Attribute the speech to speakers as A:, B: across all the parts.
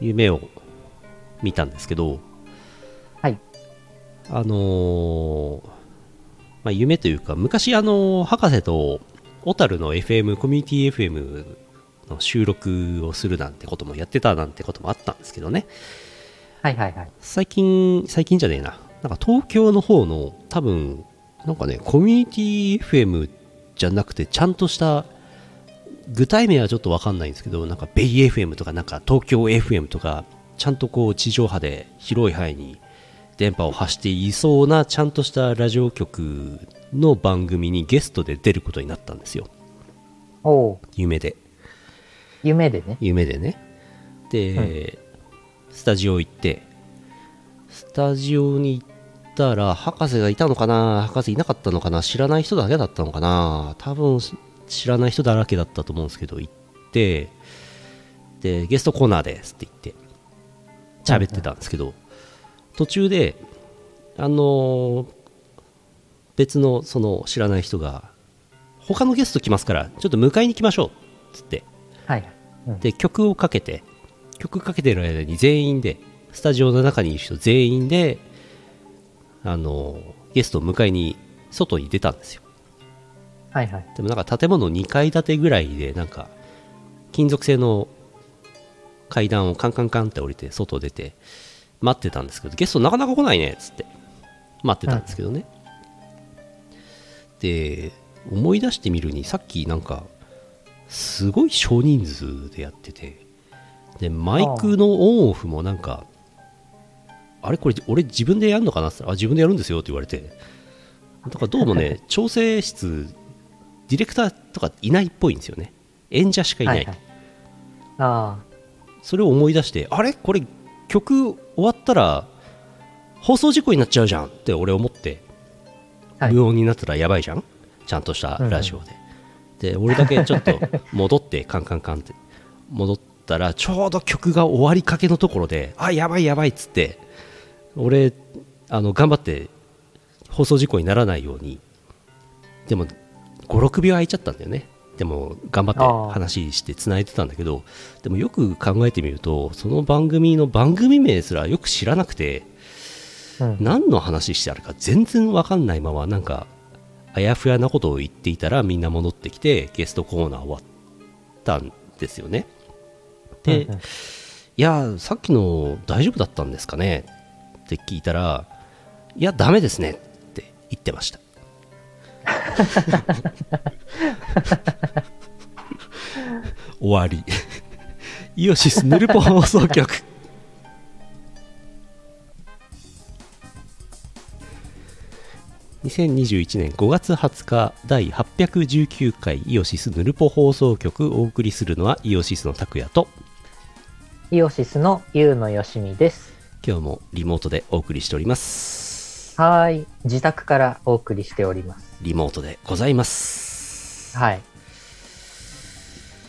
A: 夢を見たんですけど、
B: はい。
A: あのーまあ、夢というか、昔、あのー博士と小樽の FM、コミュニティ FM の収録をするなんてこともやってたなんてこともあったんですけどね、
B: はいはいはい。
A: 最近、最近じゃねえな、なんか東京の方の、多分なんかね、コミュニティ FM じゃなくて、ちゃんとした、具体名はちょっとわかんないんですけど、なんかベイ FM とか、なんか東京 FM とか、ちゃんとこう地上波で広い範囲に電波を発していそうな、ちゃんとしたラジオ局の番組にゲストで出ることになったんですよ、
B: おお
A: 夢で。
B: 夢でね。
A: 夢でねで、スタジオ行ってスタジオに行ったら博士がいたのかな博士いなかったのかな知らない人だけだったのかな多分し知らない人だらけだったと思うんですけど行ってでゲストコーナーですって言って喋ってたんですけど途中であのー別のその知らない人が他のゲスト来ますからちょっと迎えに来ましょうっつって
B: はいはい。うん、
A: で曲をかけて曲かけてる間に全員でスタジオの中にいる人全員であのゲストを迎えに外に出たんですよ
B: はいはい。
A: でもなんか建物2階建てぐらいでなんか金属製の階段をカンカンカンって降りて外出て待ってたんですけどゲストなかなか来ないねっつって待ってたんですけどね、で思い出してみるにさっきなんかすごい少人数でやっててでマイクのオンオフもなんかあれこれ俺自分でやるのかなって言ったらあ自分でやるんですよって言われてだからどうもね調整室ディレクターとかいないっぽいんですよね演者しかいない、
B: はいはい。あ
A: それを思い出してあれこれ曲終わったら放送事故になっちゃうじゃんって俺思って、
B: あ。はい。
A: 無音になったらやばいじゃんちゃんとしたラジオで、で俺だけちょっと戻ってカンカンカンって戻ったらちょうど曲が終わりかけのところであやばいやばいっつって俺あの頑張って放送事故にならないようにでも56秒空いちゃったんだよねでも頑張って話してつないでたんだけどでもよく考えてみるとその番組の番組名すらよく知らなくて
B: うん、
A: 何の話してあるか全然わかんないままなんかあやふやなことを言っていたらみんな戻ってきてゲストコーナー終わったんですよねで、
B: うんうん
A: いやさっきの大丈夫だったんですかねって聞いたらいやダメですねって言ってま した終わりイオシスヌルポ放送局2021年5月20日第819回イオシスヌルポ放送局お送りするのはイオシスの拓也と
B: イオシスのユウのよしみです。
A: 今日もリモートでお送りしております
B: はーい。自宅からお送りしております。
A: リモートでございます
B: はい。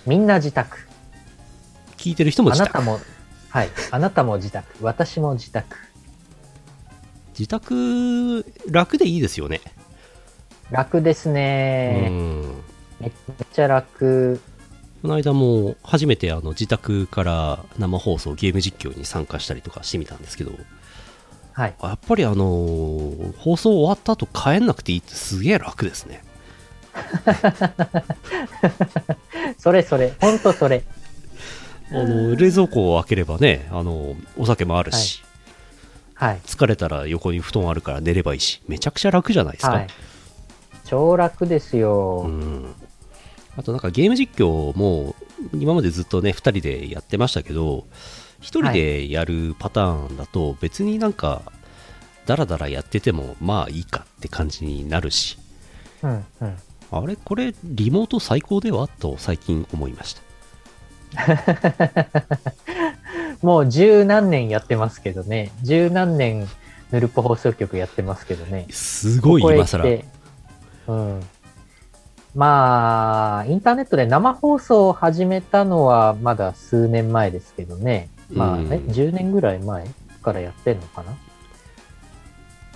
B: みんな自宅。
A: 聞いてる人も
B: あ
A: 自
B: な
A: 宅
B: たも、はい。あなたも自宅。私も自宅。
A: 自宅楽でいいですよね、
B: 楽ですね、
A: うん
B: めっちゃ楽。
A: この間も初めてあの自宅から生放送ゲーム実況に参加したりとかしてみたんですけど
B: はい。
A: やっぱりあのー放送終わった後帰んなくていいってすげえ楽ですね
B: それそれ。ほんとそれ。
A: あの冷蔵庫を開ければねあのお酒もあるし、
B: はい。
A: 疲れたら横に布団あるから寝ればいいしめちゃくちゃ楽じゃないですか、
B: はい。超楽ですよ。
A: うん、あとなんかゲーム実況も今までずっとね2人でやってましたけど1人でやるパターンだと別になんかダラダラやっててもまあいいかって感じになるし
B: うんうん。
A: あれこれリモート最高ではと最近思いました
B: もう十何年やってますけどね。十何年ヌルポ放送局やってますけどね。
A: すごい
B: ここへ
A: 今
B: 来
A: 更
B: て。うん。まあ、インターネットで生放送を始めたのはまだ数年前ですけどね。まあ、
A: うん
B: ね、10年ぐらい前からやってんのかな。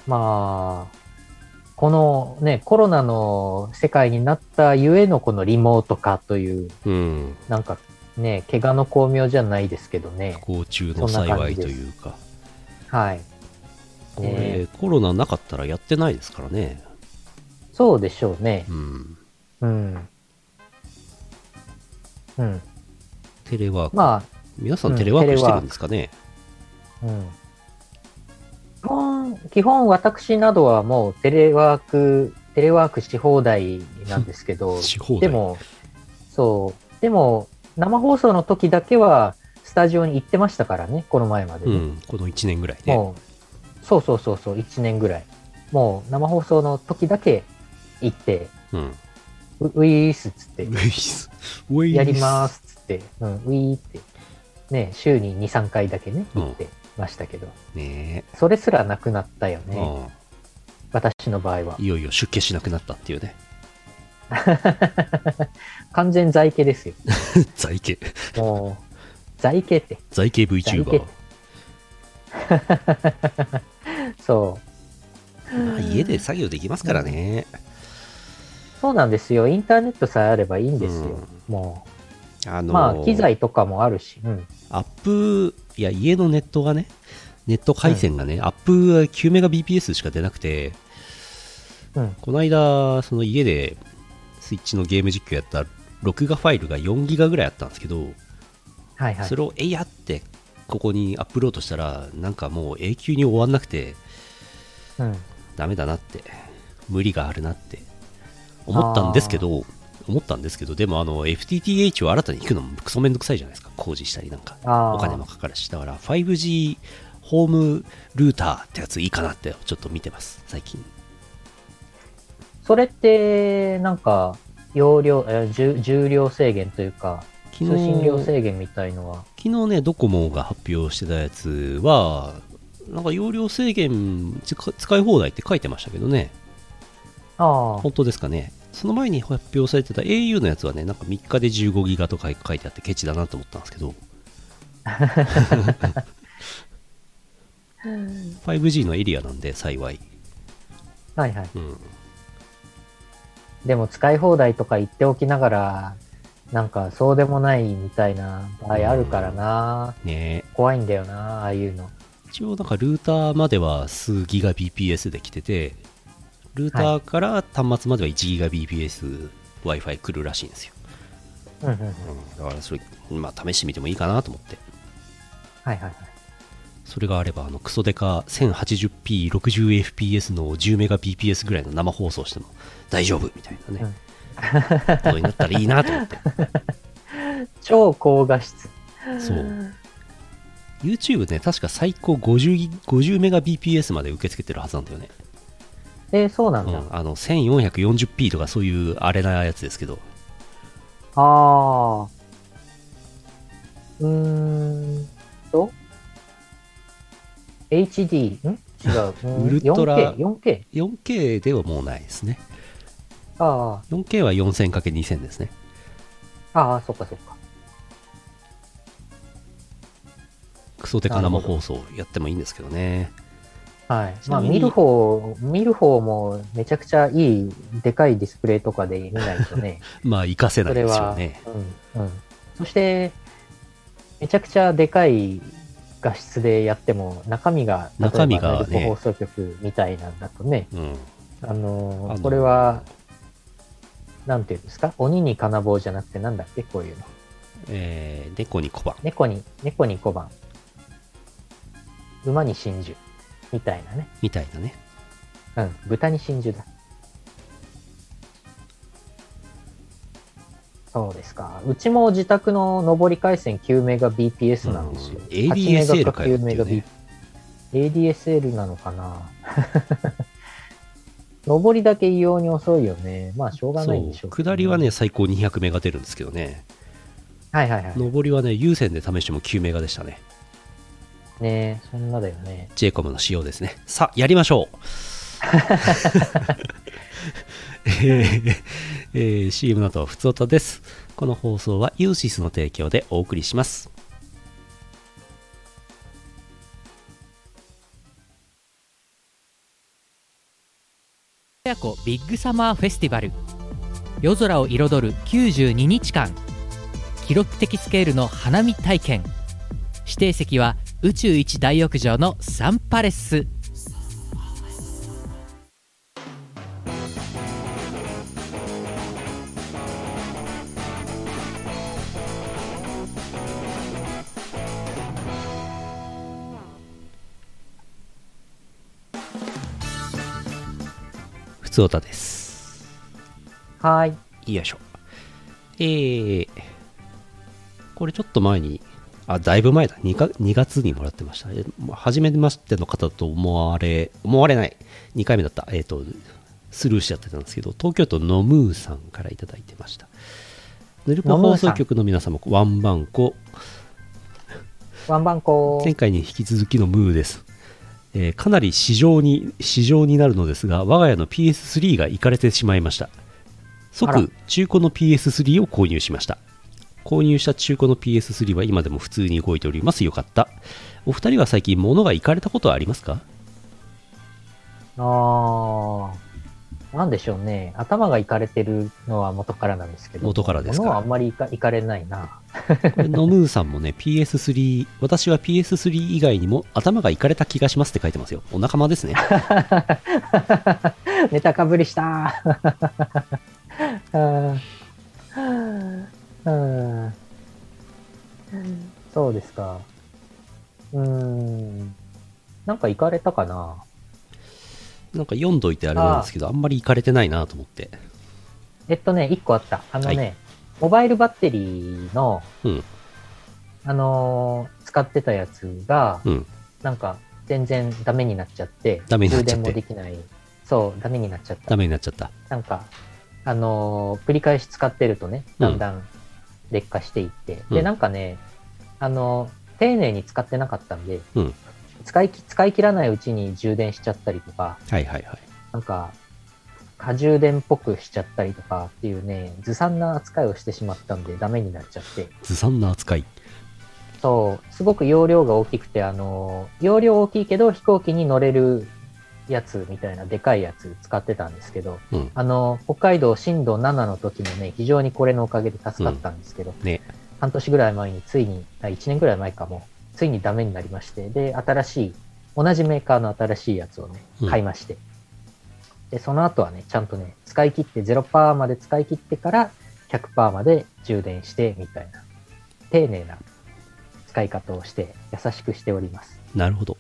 B: まあ、このね、コロナの世界になったゆえのこのリモート化という、
A: うん
B: なんかね、怪我の巧妙じゃないですけどね
A: 不。幸中の幸いというか、
B: はい。
A: こ
B: んな感じです
A: れ、コロナなかったらやってないですからね。
B: そうでしょうね
A: う。ん。
B: うん。うん。
A: テレワーク。
B: ま
A: 皆さ
B: うんん
A: テレワー
B: テ
A: ク
B: レ
A: して
B: ワーク
A: るんですかね。
B: あ、うん。基本、基本私などはもうテレワーク、テレワークし放題なんですけど、
A: し放題
B: でも、そう。でも、生放送の時だけは、スタジオに行ってましたからね、この前まで
A: う
B: ね。
A: ん、この1年ぐらいね。
B: もう、そうそうそうそう、1年ぐらい。もう、生放送の時だけ行って、
A: うん。
B: ウウィースっつって
A: ウ、イス。ウイス
B: やりま。すっつって、うん、ウィーって、ね、週に2、3回だけね、行ってましたけど、
A: ね
B: それすらなくなったよ
A: え、。
B: ね、私の場合はい
A: よいよ出家しなくなったっていうね。
B: 完全在家で すよ。
A: 在家。
B: もう、在家って、
A: 在家
B: 在
A: VTuber
B: 家。そう。
A: まあ家で作業できますからね。
B: そうなんですよ。インターネットさえあればいいんですよ。
A: うん
B: も
A: あ
B: う、
A: の
B: まあ、機材とかもあるし、うん。
A: アップ、いや、家のネットがね、ネット回線がね、アップが9メガ BPS しか出なくて、
B: うん。
A: この間、その家でスイッチのゲーム実況やった録画ファイルが4ギガぐらいあったんですけど、
B: はいはい
A: そ。れをえいやってここにアップロードしたら、なんかもう永久に終わんなくて、
B: うん。
A: ダメだなって、無理があるなって思ったんですけど、思ったんですけど、でもあの FTTH を新たに引くのもクソめんどくさいじゃないですか、工事したりなんか。
B: あー
A: お金もかかるし、だから 5G ホームルーターってやついいかなってちょっと見てます、最近。
B: それって、なんか、容量、えー重重量制限というか、
A: 昨
B: 通信量
A: 日
B: 制限みたいのは、
A: 昨日ね、ドコモが発表してたやつは、なんか容量制限つか使い放題って書いてましたけどね、
B: ああ
A: 本、当ですかね。その前に発表されてた au のやつはね、なんか3日で15ギガとか書いてあってケチだなと思ったんですけ ど、5G のエリアなんで幸い。
B: はいはい。
A: うん。
B: でも使い放題とか言っておきながら、なんかそうでもないみたいな場合あるからな、
A: ねえ
B: 怖いんだよな、ああいうの。
A: 一応なんかルーターまでは数ギガ BPS で来ててルーターから端末までは1ギガ BPS w i f i 来るらしいんですよ、
B: うんうんうん。は
A: う
B: い
A: んだからそれ、まあ、試してみてもいいかなと思って
B: はいはい。
A: それがあればあのクソデカ 1080p60fps の 10Mbps ぐらいの生放送しても大丈夫みたいなね、ことになったらいいなと 思って
B: 超高画質。
A: そう YouTube ね確か最高 50Mbps 50Mbps まで受け付けてるはずなんだよね
B: えーそうなんだ。
A: う
B: あ
A: ん、あの 1440p とかそういうあれなやつですけど、
B: あ。うーんと、HD、ん違う。うん
A: ウルトラ
B: 4K、4K?
A: 4K ではもうないですね。
B: あ
A: 4K は 4000×2000 ですね。
B: あ、ああ、そっかそっか。
A: クソデカ生放送やってもいいんですけどね。
B: はい。
A: ちな
B: まあ、
A: みに
B: 見る方、見る方もめちゃくちゃいい、でかいディスプレイとかで見ないとね、
A: まあ、活かせな
B: そ
A: いで
B: れ
A: すよ
B: は、
A: ね。
B: うん、うん。そして、めちゃくちゃでかい画質でやっても、中身が、例えば
A: 中身がね
B: ナルポ放送局みたいなんだとね、
A: うん。
B: あのー
A: あの
B: これは、、なんていうんですか鬼に金棒じゃなくて、なんだっけこういうの。
A: えー、猫に小判。
B: 猫に、猫に小判。馬に真珠。みたいなね。
A: みたいなね。
B: うん、豚に真珠だ。そうですか。うちも自宅の上り回線9メガ BPS なんですよ
A: うん。
B: 8メガ
A: ADSL
B: か
A: かよ
B: 9
A: って
B: メ
A: い
B: ガ
A: うね
B: B。ADSL なのかな 上りだけ異様に遅いよね。まあ、しょうがないんでし
A: そう。
B: ょうけど
A: 下りはね、、最高200メガ出るんですけどね。
B: はいはいは
A: 上りはね、有線で試しても9メガでしたね。
B: い。ねそんなだよね。
A: JCOM の仕様ですね。さあ、やりましょ うえーえー CM の後はふつおたです。この放送はユーシスの提供でお送りします。
C: 親子ビッグサマーフェスティバル夜空を彩る92日間記録的スケールの花見体験指定席は宇宙一大浴場のサンパレス
A: ふつおたです。
B: はーい。
A: よいしょ。えー、これちょっと前に、あ、だいぶ前だ。2, か2月にもらってました。えま初めましての方と思われ、思われない。2回目だった。えっ、と、スルーしちゃってたんですけど、東京都のムーさんからいただいてました。ぬるぽ放送局の皆様、ワンバンコ、
B: ワンバンコー
A: 前。回に引き続きのムーです、えーかなり市場に市場になるのですが我が家の PS3 がいかれてしまいました
B: あら
A: 即中古の PS3 を購入しました購入した中古の PS3 は今でも普通に動いておりますよかったお二人は最近物がいかれたことはありますか
B: あー。なんでしょうね。頭がいかれてるのは元からなんですけど。
A: 元からですか
B: 物はあんまりいかいかれないな。
A: これノムーさんもね PS3 私は PS3 以外にも頭がいかれた気がしますって書いてますよお仲間ですね
B: ネタかぶりした ーうんうんそうですか。うーん。なんか行かれたかな
A: なんか読んどいてあれなんですけどあんまりいかれてないなと思って
B: えっとね、一個あった。あのね、
A: は
B: モバイルバッテリーの、
A: うん
B: あのー使ってたやつが、
A: うん
B: なんか全然ダメになっちゃって、
A: ダメになっちゃって
B: 充電もできない。そう、ダメになっちゃった
A: ダ。メになっちゃった
B: なんか、あのー繰り返し使ってるとね、だんだん劣化していって、
A: うん
B: で、なんかね、あのー丁寧に使ってなかったんで、
A: うん
B: 使いき使い切らないうちに充電しちゃったりとか、
A: はいはいはい
B: なんか、過充電っぽくしちゃったりとかっていうね、ずさんな扱いをしてしまったんで、ダメになっちゃって、
A: ずさんな扱い
B: そう、すごく容量が大きくて、あのー容量大きいけど飛行機に乗れるやつみたいなでかいやつ使ってたんですけど、
A: うん
B: あの、北海道震度7の時もね、非常にこれのおかげで助かったんですけど、
A: ね
B: 半年ぐらい前についに、あ1年ぐらい前かも、ついにダメになりまして、で、新しい、同じメーカーの新しいやつをね
A: うん、
B: 買いまして、で、その後はね、ちゃんとね、使い切って0%まで使い切ってから100%まで充電して、みたいな、丁寧な使い方をして、優しくしております。
A: なるほど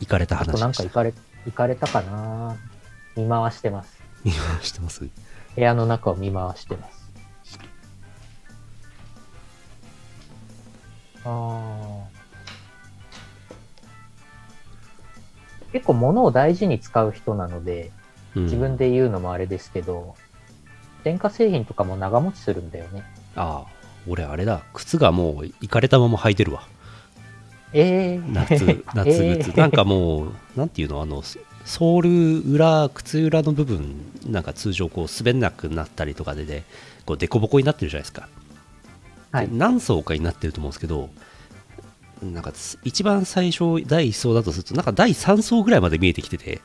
A: 行かれた
B: あと
A: 話
B: なん
A: で
B: か
A: し
B: 行
A: た
B: かれ、行かれたかな見回してます。
A: 見回 してます
B: 部屋の中を見回してます。あー結構物を大事に使う人なので、
A: うん
B: 自分で言うのもあれですけど、電化製品とかも長持ちするんだよね。
A: ああ俺あれだ靴がもう行かれたまま履いてるわ
B: ええー。
A: 夏夏靴、
B: えー
A: なんかもうなんていうのあのソソール裏靴裏の部分なんか通常こう滑んなくなったりとかでねこう凸凹になってるじゃないですか
B: はい
A: で。何層かになってると思うんですけどなんかす一番最初第1層だとするとなんか第3層ぐらいまで見えてきてて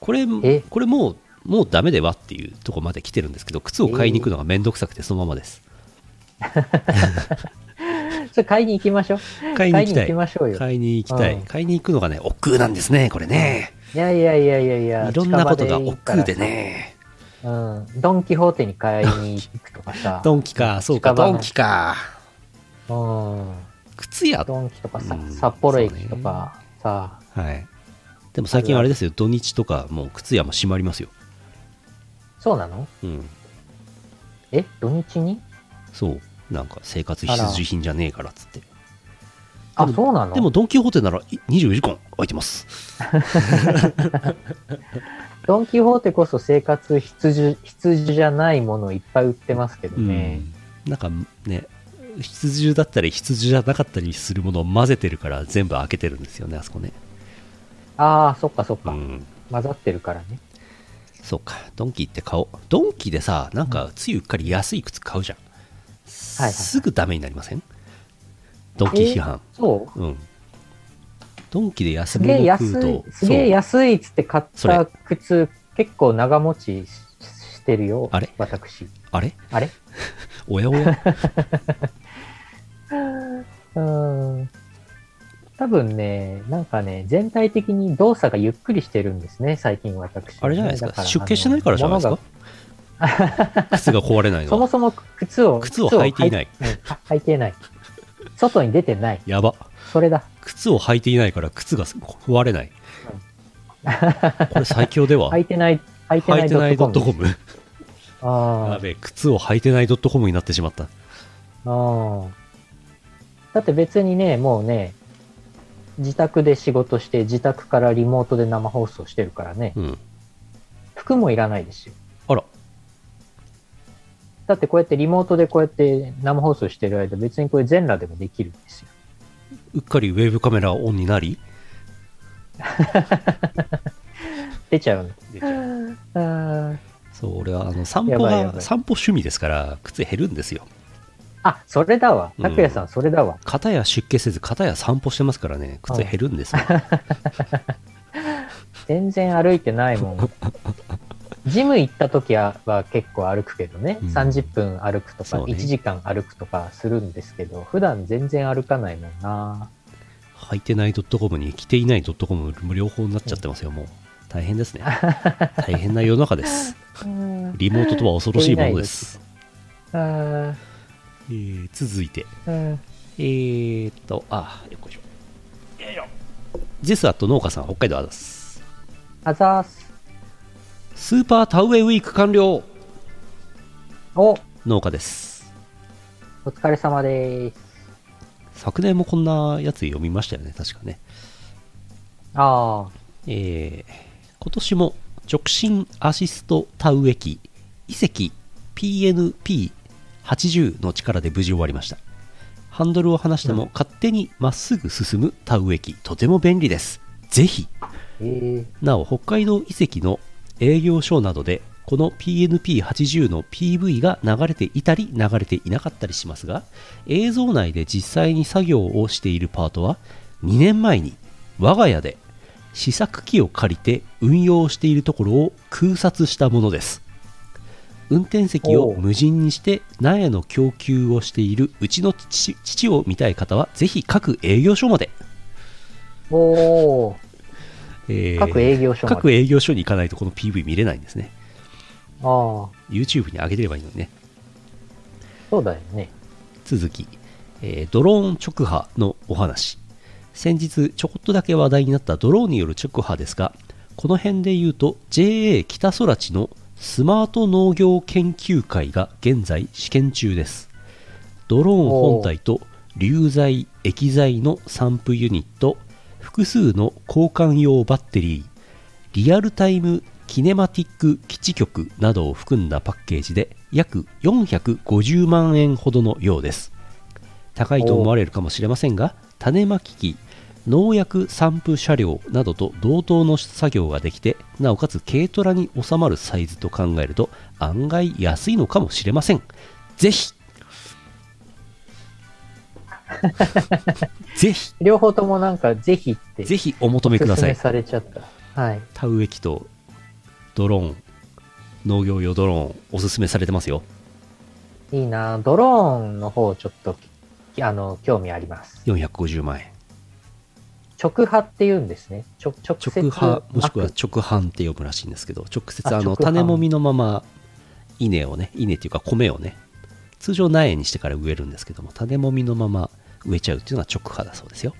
A: これ
B: え
A: これもうもうダメではっていうとこまで来てるんですけど靴を買いに行くのがめんどくさくてそのままです、
B: それ買いに行きましょう。
A: 買いに
B: 買い
A: 行き
B: に
A: た
B: 行き
A: い
B: ましょうよ。
A: 買いに行きたい、
B: うん
A: 買いに行くのがね億劫なんですねこれね、
B: いやいやいやいやいや、
A: いろんなことが億
B: 近
A: 劫
B: 場い
A: で
B: いから
A: ね
B: さ。うん。ドン・キホーテに買いに行くとかさ。
A: ドンキかそうか
B: 近場
A: ド
B: の
A: ンキか
B: うん。
A: 靴屋
B: ドンキとかさ
A: う、ん
B: 札幌駅とかさ、
A: はいでも最近あれですよ土日とかもう靴屋も閉まりますよ
B: そうなの
A: うん
B: え土日に
A: そうなんか生活必需品じゃねえからっつって
B: あ、
A: でも
B: そうなの
A: でもドン・キホーテならい24時間空いてます
B: ドン・キホーテこそ生活必需、必需じゃないものをいっぱい売ってますけどね。
A: なんかね必需だったり必需じゃなかったりするものを混ぜてるから全部開けてるんですよねあそこね
B: ああ、そっかそっ
A: う
B: か、
A: ん
B: 混ざってるからね。
A: そうかドンキ行って買おうドンキでさなんかついうっかり安い靴買うじゃん、
B: はいはい
A: すぐダメになりませんドンキ批判、
B: そう
A: うんドンキで安
B: すげ
A: 物食
B: え
A: う
B: 安い
A: と、
B: すげえ安いっつって買っ
A: それ
B: た靴、結構長持ちししてるよ、
A: あれ
B: 私。
A: あれ
B: あれ
A: おやおや
B: うーん。多分ね、なんかね、全体的に動作がゆっくりしてるんですね、最近私、
A: あれじゃないですか
B: だら
A: 出家してないからじゃないですか 靴が壊れない
B: 物がそ
A: の
B: も
A: は
B: そも靴を、
A: 靴を履いていない
B: 靴を履い。うんは履いていない。外に出てない。
A: やば
B: それだ。
A: 靴を履いていないから靴が壊れないこれ最強では
B: 履いてない、履いて
A: 履
B: ないい
A: てない
B: ド
A: ド
B: ッ
A: ット
B: ト
A: コ
B: コム。
A: ムや
B: あ
A: べえ靴を履いてないドットコムになってしまった
B: あ、ああ。だって別にね、もうね、自宅で仕事して、自宅からリモートで生放送してるからね、
A: うん
B: 服もいらないですよ。
A: あら
B: だってこうやってリモートでこうやって生放送してる間、別にこれ全裸でもできるんですよ。
A: うっかりウェブカメラオンになり
B: 出ちゃうの。あー
A: そう俺はあの散
B: や
A: 歩
B: ばいやば
A: が
B: い
A: 散歩趣味ですから靴減るんですよ
B: あ、それだわ。
A: うん
B: 拓也さん、それだわ。
A: 片や出家せず片や散歩してますからね靴減るんですよ
B: 全然歩いてないも ん。ジム行った時は結構歩くけどね、
A: うん
B: 30分歩くとか、
A: そうね
B: 1時間歩くとかするんですけど、普段全然歩かないもんな。
A: 履いてないドットコムに着ていないドットコム両方になっちゃってますよもう大変ですね大変な世の中 ですリモートとは恐ろしいものです
B: あ
A: えー続いて
B: ー
A: えー、っとあよっこいしょよいしょジェスアット農家さん北海道アダス
B: あざーす。
A: スーパー田植えウィーク完了
B: お、
A: 農家です
B: お疲れ様です。
A: 昨年もこんなやつ読みましたよね確かね
B: あ
A: えー今年も直進アシスト田植え機遺跡 PNP80 の力で無事終わりましたハンドルを離しても勝手にまっすぐ進む田植え機とても便利ですぜひ
B: あ、えー、
A: なお北海道遺跡の営業所などでこの PNP80 の PV が流れていたり流れていなかったりしますが映像内で実際に作業をしているパートは2年前に我が家で試作機を借りて運用しているところを空撮したものです運転席を無人にして苗の供給をしているうちの父父を見たい方はぜひ各営業所まで、
B: おー、
A: えー
B: 各営業所まで。
A: 各営業所に行かないとこの PV 見れないんですね
B: ああ、
A: YouTube に上げてればいいのにね
B: そうだよね。
A: 続き、えードローン直波のお話先日ちょこっとだけ話題になったドローンによる直波ですがこの辺で言うと JA 北空知のスマート農業研究会が現在試験中ですドローン本体と流剤液剤の散布ユニット複数の交換用バッテリーリアルタイムキネマティック基地局などを含んだパッケージで約450万円ほどのようです高いと思われるかもしれませんが種まき機農薬散布車両などと同等の作業ができてなおかつ軽トラに収まるサイズと考えると案外安いのかもしれませんぜ ひぜひ
B: 両方ともなんか、ぜひって、
A: ぜひお求めくだ
B: おすす
A: さ
B: め
A: い
B: されちゃった。はい。
A: 田植え機とドローン農業用ドローンおすすめされてますよ
B: いいなドローンの方、ちょっと、きあの、興味あります。
A: 450万円
B: 直波って言うんですね。ちょ直接
A: 直波もしくは
B: 巻く
A: 直販って呼ぶらしいんですけど直接
B: あ
A: あの
B: 直販
A: 種もみのまま稲をね稲っていうか米をね通常苗にしてから植えるんですけども種もみのまま植えちゃうっていうのは直波だそうですよ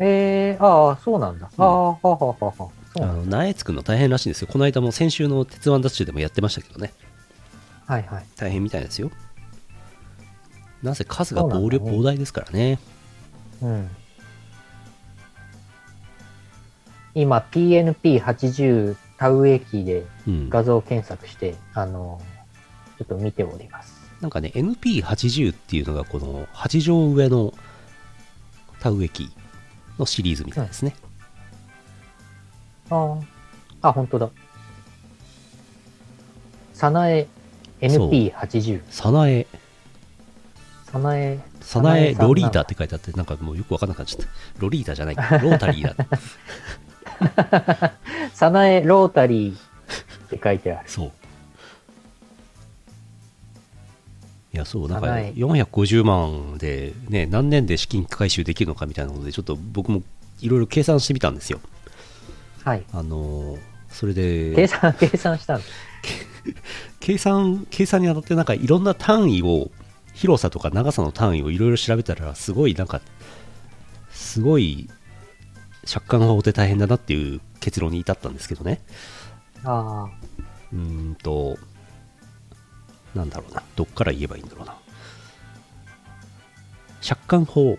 B: えー、ああ、そうなんだ。
A: うん
B: ああ、はははは。そう
A: あ
B: なんだ
A: の苗作るの大変らしいんですよこの間も先週の「鉄腕ダッシュ」でもやってましたけどね
B: はいはい。
A: 大変みたいですよなぜ数が
B: そう
A: 膨
B: なんだ
A: 量
B: ね
A: 膨大ですからね
B: うん。今、PNP80 田植え機で
A: うん
B: 画像検索して、あの、ちょっと見ております。
A: なんかね、NP80 っていうのがこの8畳上の田植え機のシリーズみたいですね。
B: ああ。あ、本当だ。サナエ
A: そう
B: NP80。
A: サナエ、
B: サナエ、
A: サナエ
B: 早苗さんなんだ
A: ロリータって書いてあって、なんかもうよくわかんなくなっちゃった。ロリータじゃない、ロータリー だ。
B: サナエロータリーって書いてある。
A: そう。いやそうだから
B: はい
A: 450万で、ね、何年で資金回収できるのかみたいなことでちょっと僕もいろいろ計算してみたんですよ。
B: はい。
A: あのそれ
B: 計
A: で
B: 算、計算したんです。
A: 計算計算にあたってなんかいろんな単位を広さとか長さの単位をいろいろ調べたらすごいなんかすごい借款法って大変だなっていう結論に至ったんですけどね。
B: あ
A: うーんと、なんだろうな、どっから言えばいいんだろうな。借款法、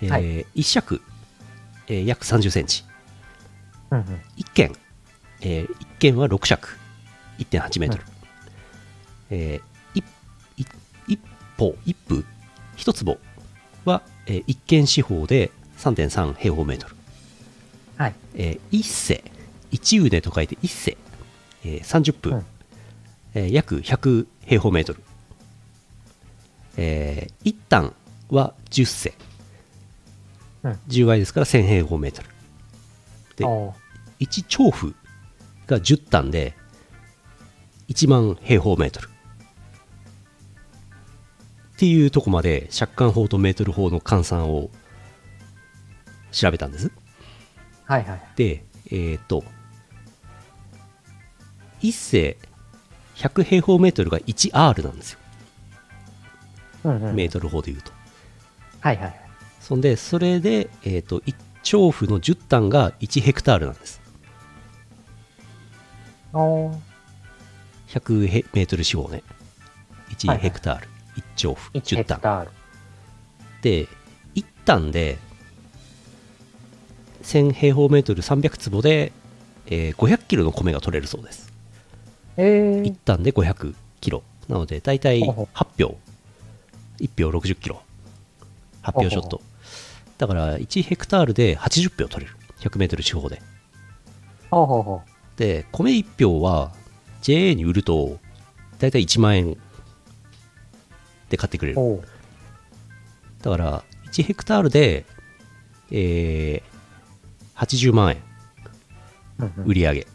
A: えー
B: は
A: 1尺、えー約30センチ、
B: あ。うんうん。
A: 1件、え1件は6尺、1.8メートル、えー、いい一歩、一歩、一坪は、え1件四方で3.3平方メートル。
B: はい。
A: えー一世一腕と書いて一世、えー30分、
B: うん
A: えー約100平方メートル、えー一旦は10世、
B: うん
A: 10倍ですから1000平方メートルで
B: おー
A: 1調布が10単で1万平方メートルっていうとこまで借款法とメートル法の換算を調べたんです
B: はいはい。
A: で、えっ、と、一世100平方メートルが 1R なんですよ、
B: うんうん。
A: メートル法でいうと。
B: はいはい。
A: そんで、それで、えっ、と、1兆府の10単が1ヘクタールなんです。
B: おー
A: 100ヘメートル四方ね。1ヘクタール、1兆府、
B: 1
A: 10
B: ヘク
A: 単。
B: タール。
A: で、1単で、1000平方メートル300坪で、えー500キロの米が取れるそうです。
B: え
A: 一
B: ー、
A: 旦で500キロなので大体
B: ほうほう
A: 8票1票60キロ8票ちょっとだから1ヘクタールで80票取れる100メートル四方で
B: ほうほうほう。
A: で米1票は JA に売ると大体1万円で買ってくれる
B: おー
A: だから1ヘクタールでえー80万円
B: うんうん
A: 売り上げ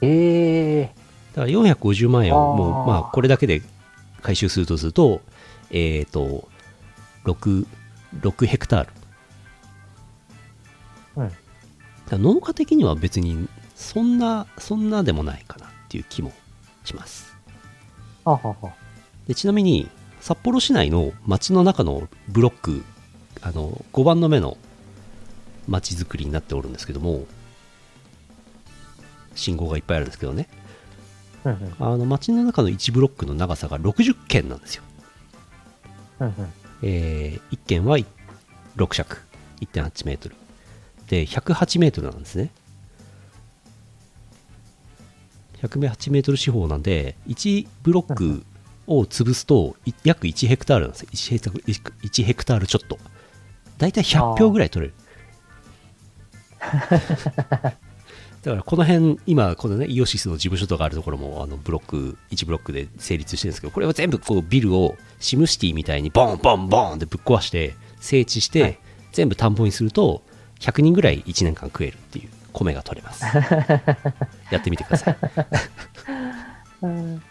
B: ええ
A: だから450万円をも
B: あ
A: う
B: ー
A: まあこれだけで回収するとするとえっ、と 6, 6ヘクタールだ
B: うん。
A: から農家的には別にそんなそんなでもないかなっていう気もします
B: ほうほうほう。
A: でちなみに札幌市内の町の中のブロックあの5番の目の町づくりになっておるんですけども信号がいっぱいあるんですけどね
B: うんうん。
A: あの町の中の1ブロックの長さが60軒なんですよ
B: うんうん。
A: え1軒は6尺1.8メートルで108メートルなんですね108メートル四方なんで1ブロックを潰すとい約1ヘクタールなんですよ1ヘクタール1ヘクタールちょっと大体100票ぐらい取れるだからこの辺今このねイオシスの事務所とかあるところもあのブロック1ブロックで成立してるんですけどこれは全部こうビルをシムシティみたいにボンボンボンってぶっ壊して整地して、
B: はい
A: 全部田んぼにすると100人ぐらい1年間食えるっていう米が取れます やってみてください
B: うん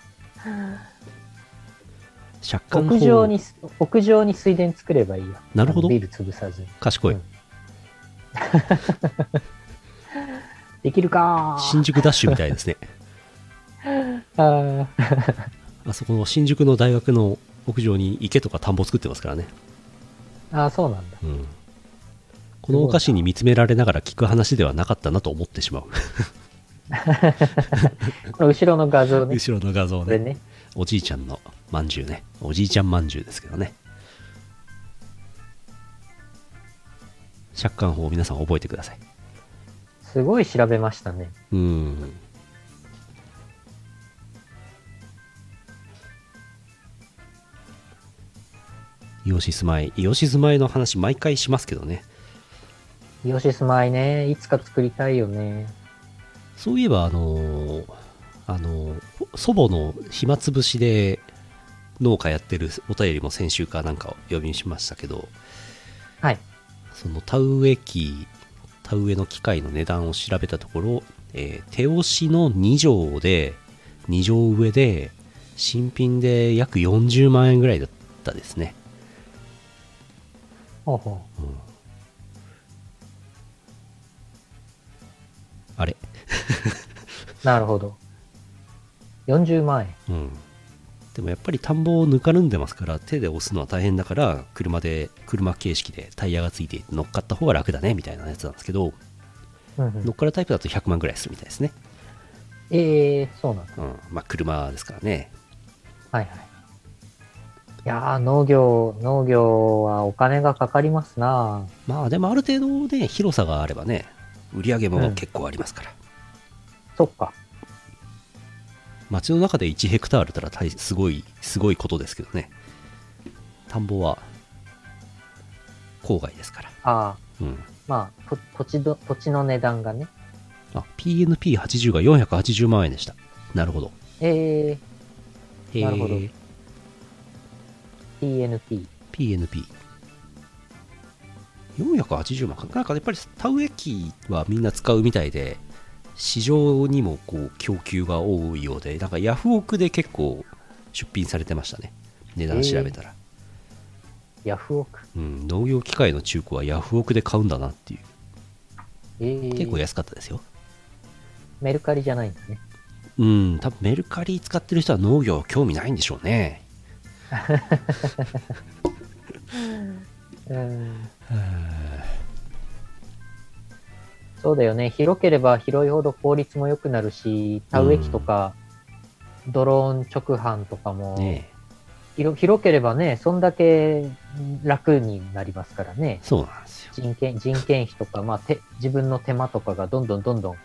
A: 借款法
B: 屋上に、屋上に水田作ればいいや。
A: なるほど
B: ビル潰さずに。
A: 賢い
B: うんできるかー
A: 新宿ダッシュみたい ですね
B: あー
A: あそこの新宿の大学の屋上に池とか田んぼ作ってますからね、
B: あー、そうなんだ。
A: うん、このお菓子に見つめられながら聞く話ではなかったなと思ってしまう
B: この後ろの画像 ね。
A: 後ろの画像
B: こ
A: ね
B: れね。
A: おじいちゃんのまんじゅうねおじいちゃんまんじゅうですけどね借款法を皆さん覚えてください
B: すごい調べましたね。
A: うんイオシス米イオシス米の話毎回しますけどね
B: イオシス米ね。いつか作りたいよね。
A: そういえばあのーあのー祖母の暇つぶしで農家やってるお便りも先週かなんかを読みしましたけど
B: はい。
A: その田植え機田植えの機械の値段を調べたところ、えー手押しの2畳で2畳上で新品で約40万円ぐらいだったですね
B: ほうほう。
A: あれ
B: なるほど。40万円。
A: うんでもやっぱり田んぼをぬかるんでますから手で押すのは大変だから車で車形式でタイヤがついていて乗っかった方が楽だねみたいなやつなんですけど
B: うんうん
A: 乗っかるタイプだと100万ぐらいするみたいですね
B: ええそうなんだ。
A: うんまあ車ですからね
B: はいはい。いやー、農業、農業はお金がかかりますな
A: まあでもある程度ね広さがあればね売り上げも結構ありますから、
B: そっか。
A: 街の中で1ヘクタールたら大すごいすごいことですけどね田んぼは郊外ですから
B: ああ、
A: うん
B: まあ、と土地ど、土地の値段がね。
A: あ PNP80 が480万円でしたなるほど
B: ええ
A: へえ
B: なるほど TNP。
A: PNP 480万かなんかやっぱり田植え機はみんな使うみたいで市場にもこう供給が多いようでなんかヤフオクで結構出品されてましたね値段調べたら、
B: ヤフオク。
A: うん、農業機械の中古はヤフオクで買うんだなっていう
B: ええ
A: 結構安かったですよ
B: メルカリじゃないんだね。
A: うん多分メルカリ使ってる人は農業興味ないんでしょうね
B: うん。そうだよね。広ければ広いほど効率も良くなるし、田植え機とか、ドローン直販とかも、
A: ねえ
B: 広広ければね、そんだけ楽になりますからね。
A: そうなんですよ
B: 人件人件費とか、まあ、手自分の手間とかがどんどんどんどん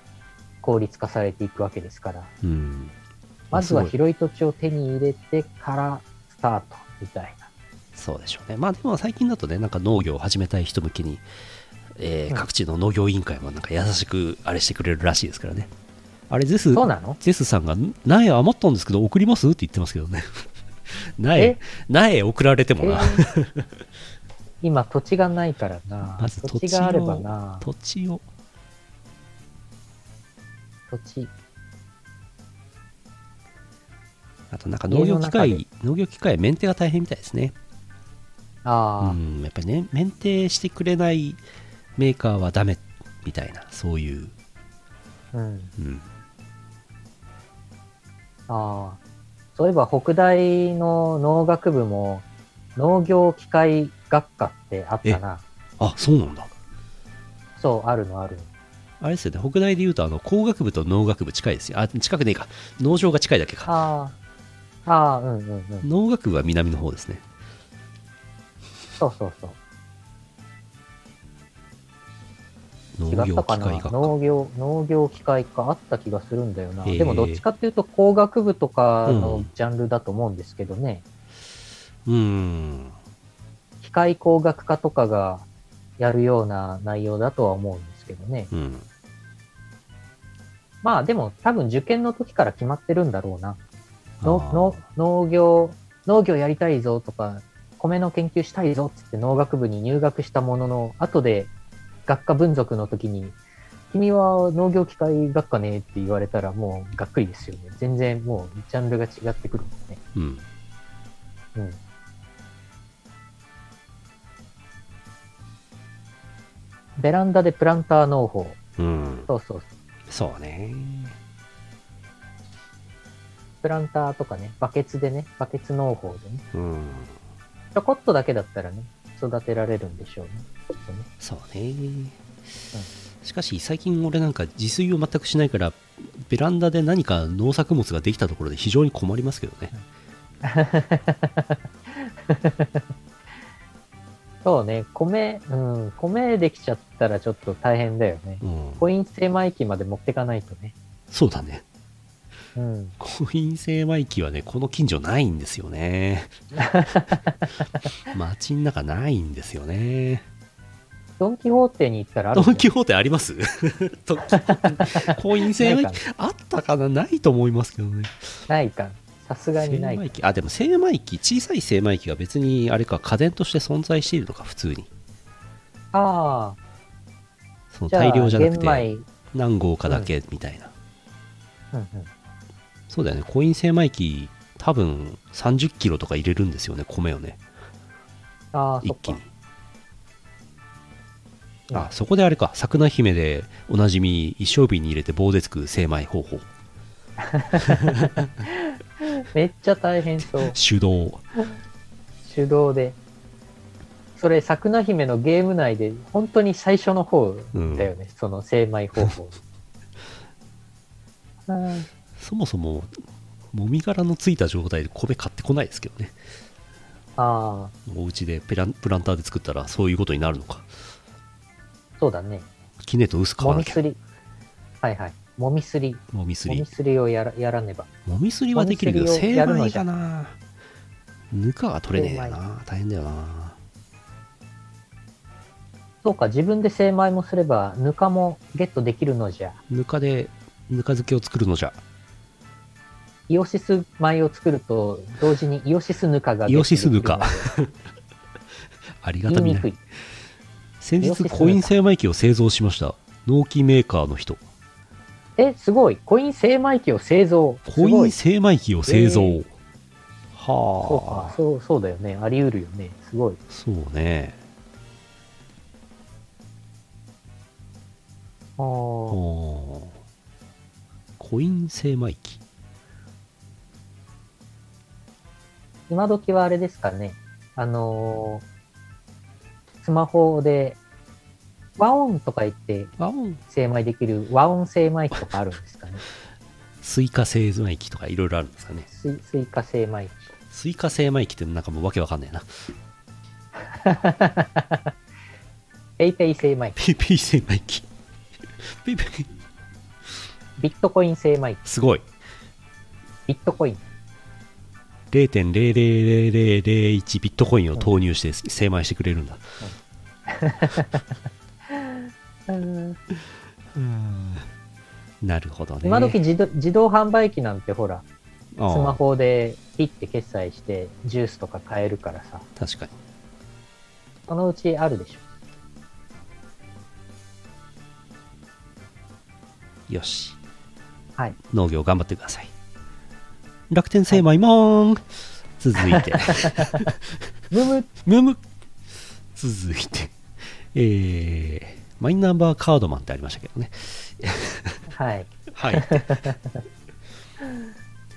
B: 効率化されていくわけですから、
A: うん
B: まずは
A: すごい
B: 広い土地を手に入れてからスタートみたいな。
A: そうでしょうね。まあでも最近だとね、なんか農業を始めたい人向けに、えー
B: うん
A: 各地の農業委員会もなんか優しくあれしてくれるらしいですからね。あれ、ゼス、
B: そうなの
A: ゼスさんが、苗余ったんですけど送りますって言ってますけどね。 苗
B: え、
A: 苗送られてもな
B: え。ー今土地がないからな
A: まず。
B: 土地
A: 土地を
B: があればな。
A: 土地を、
B: 土地。
A: あとなんか農業機
B: 家の
A: 械、農業機械、メンテが大変みたいですね。う
B: ああ、
A: ん、やっぱりね、メンテしてくれないメーカーはダメみたいな、そういう。
B: うん。
A: うん、
B: ああ。そういえば北大の農学部も農業機械学科ってあったな。
A: あ、そうなんだ。
B: そう、あるのあるの。
A: あれですよね、北大でいうと、あの工学部と農学部近いですよ。あ、近くねえか。農場が近いだけか。
B: ああ。ああ、うんうんうん。
A: 農学部は南の方ですね。
B: そうそうそう。
A: 農
B: 違っ
A: 業
B: た
A: 機
B: かな
A: 械学
B: 農業、農業機械科あった気がするんだよな。
A: えー
B: でもどっちかっていうと工学部とか
A: う
B: の
A: ん
B: ジャンルだと思うんですけどね。
A: うーん。
B: 機械工学科とかがやるような内容だとは思うんですけどね。
A: うん。
B: まあでも多分受験の時から決まってるんだろうな。の
A: あー
B: の農業、農業やりたいぞとか、米の研究したいぞっつって農学部に入学したものの、後で学科分属の時に、君は農業機械学科ねって言われたらもうがっくりですよね。全然もうジャンルが違ってくるもんね。
A: うん。
B: うん。ベランダでプランター農法。
A: うん。
B: そうそう。
A: そうね。
B: プランターとかね、バケツでね、バケツ農法でね。
A: うん。
B: ちょこっとだけだったらね、育てられるんでしょうね。きっとね
A: そうね。しかし、最近俺なんか自炊を全くしないから、ベランダで何か農作物ができたところで非常に困りますけどね。
B: そうね、米、うん、米できちゃったらちょっと大変だよね。
A: うん。
B: コイン精米機まで持ってかないとね。
A: そうだね。
B: うん。
A: コイン精米機はね、この近所ないんですよ ね。街の中ないんですよね。
B: ドン・キホーテに行ったらある
A: ド
B: んだよ
A: ン・キホーテあります ドンキホーテコイン精米
B: ない
A: 機あったかなないと思いますけどね。
B: ないか。さすが
A: 精
B: にないか
A: 米。機あ、でも精米機、小さい精米機が別にあれか家電として存在しているのか、普通に。
B: あ
A: そ
B: あ、
A: の
B: じゃあ、
A: 大量じゃなく
B: 玄
A: て
B: 米、
A: 何号かだけみたいな。
B: うんうん、
A: そうだよね、コイン精米機、多分30キロとか入れるんですよね米をね
B: ああ、そ
A: 一
B: っ
A: 気
B: か
A: に。あそこであれか桜姫でおなじみ一升瓶に入れて棒でつく精米方法
B: めっちゃ大変そう。
A: 手動
B: 手動で。それ、桜姫のゲーム内で、本当に最初の方
A: うん
B: だよね、その精米方 法。あー
A: そもそももみ殻のついた状態で米買ってこないですけどね
B: あ
A: お家でペランプランターで作ったらそういうことになるのか
B: ー、そうだね。
A: きねと薄買
B: も
A: わな
B: み
A: きゃ
B: すり。はいはい。もみすり。
A: もみす
B: も
A: り
B: みすりをやらやらねば。
A: もみすりはできるけど
B: もみす
A: 精
B: りをやる
A: 米
B: のじ
A: か
B: ゃ
A: なぬかが取れねえよな大変だよな
B: そうか、自分で精米もすれば、ぬかもゲットできるのじゃ。
A: ぬかでぬか漬けを作るのじゃ
B: イオシス米を作ると、同時にイオシスぬかがゲットできるので。
A: イオシスぬかありがた
B: 言い
A: み
B: に
A: ない
B: くい。
A: 先
B: イオシス
A: 日
B: ぬか
A: コイン精米機を製造しました納期メーカーの人
B: え、すごい。コイン精米機を製造。す
A: コイ
B: ごい
A: ン精米機を製造、
B: えそう
A: は
B: か
A: あ、
B: そう、そうだよね。あり得るよね。すごい。
A: そうね
B: あー
A: おーコイン精米機
B: 今時はあれですかね。あのースマホで、和音とか言って
A: あうん
B: 精米できる和音精米機とかあるんですかね。
A: スイカ精米機とかいろいろあるんですかね
B: スイスイカ精米機。
A: スイカ精米機ってなんかもうわけわかんない な
B: ペイペイ精米機。
A: ペイペイ精米機 ペイペイ
B: ビットコイン精米機。
A: すごい
B: ビットコイン。
A: 0.00001ビットコインを投入して精米してくれるんだなるほどね
B: 今時自動自動販売機なんてほら、
A: ス
B: スマホでピッて決済してジュースとか買えるからさ、
A: 確かに
B: そのうちあるでしょ。
A: よし。
B: はい。
A: 農業頑張ってください。楽天生マイモン、続いて、
B: ブム
A: むむ続いて、えー、マイナンバーカードマンってありましたけどね。
B: はい。
A: はい。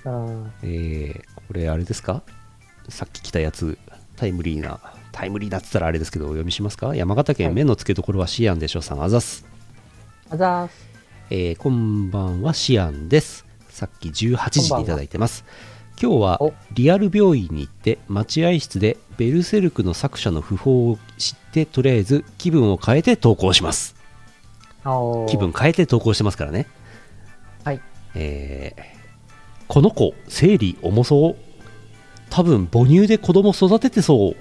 B: うん
A: えー、これあれですかさっき来たやつ、タイムリーな、タイムリーなって言ったらあれですけど、お読みしますか山形
B: は
A: 県
B: い
A: 目の付けどころはシアンでしょさん、あざっす。
B: あざーす。
A: えーこんばんはシアンですさっき18時にいただいてます今日は
B: お
A: リアル病院に行って待合室で「ベルセルク」の作者の訃報を知ってとりあえず気分を変えて投稿します
B: おー
A: 気分変えて投稿してますからね
B: はい
A: えーこの子生理重そう多分母乳で子供育ててそう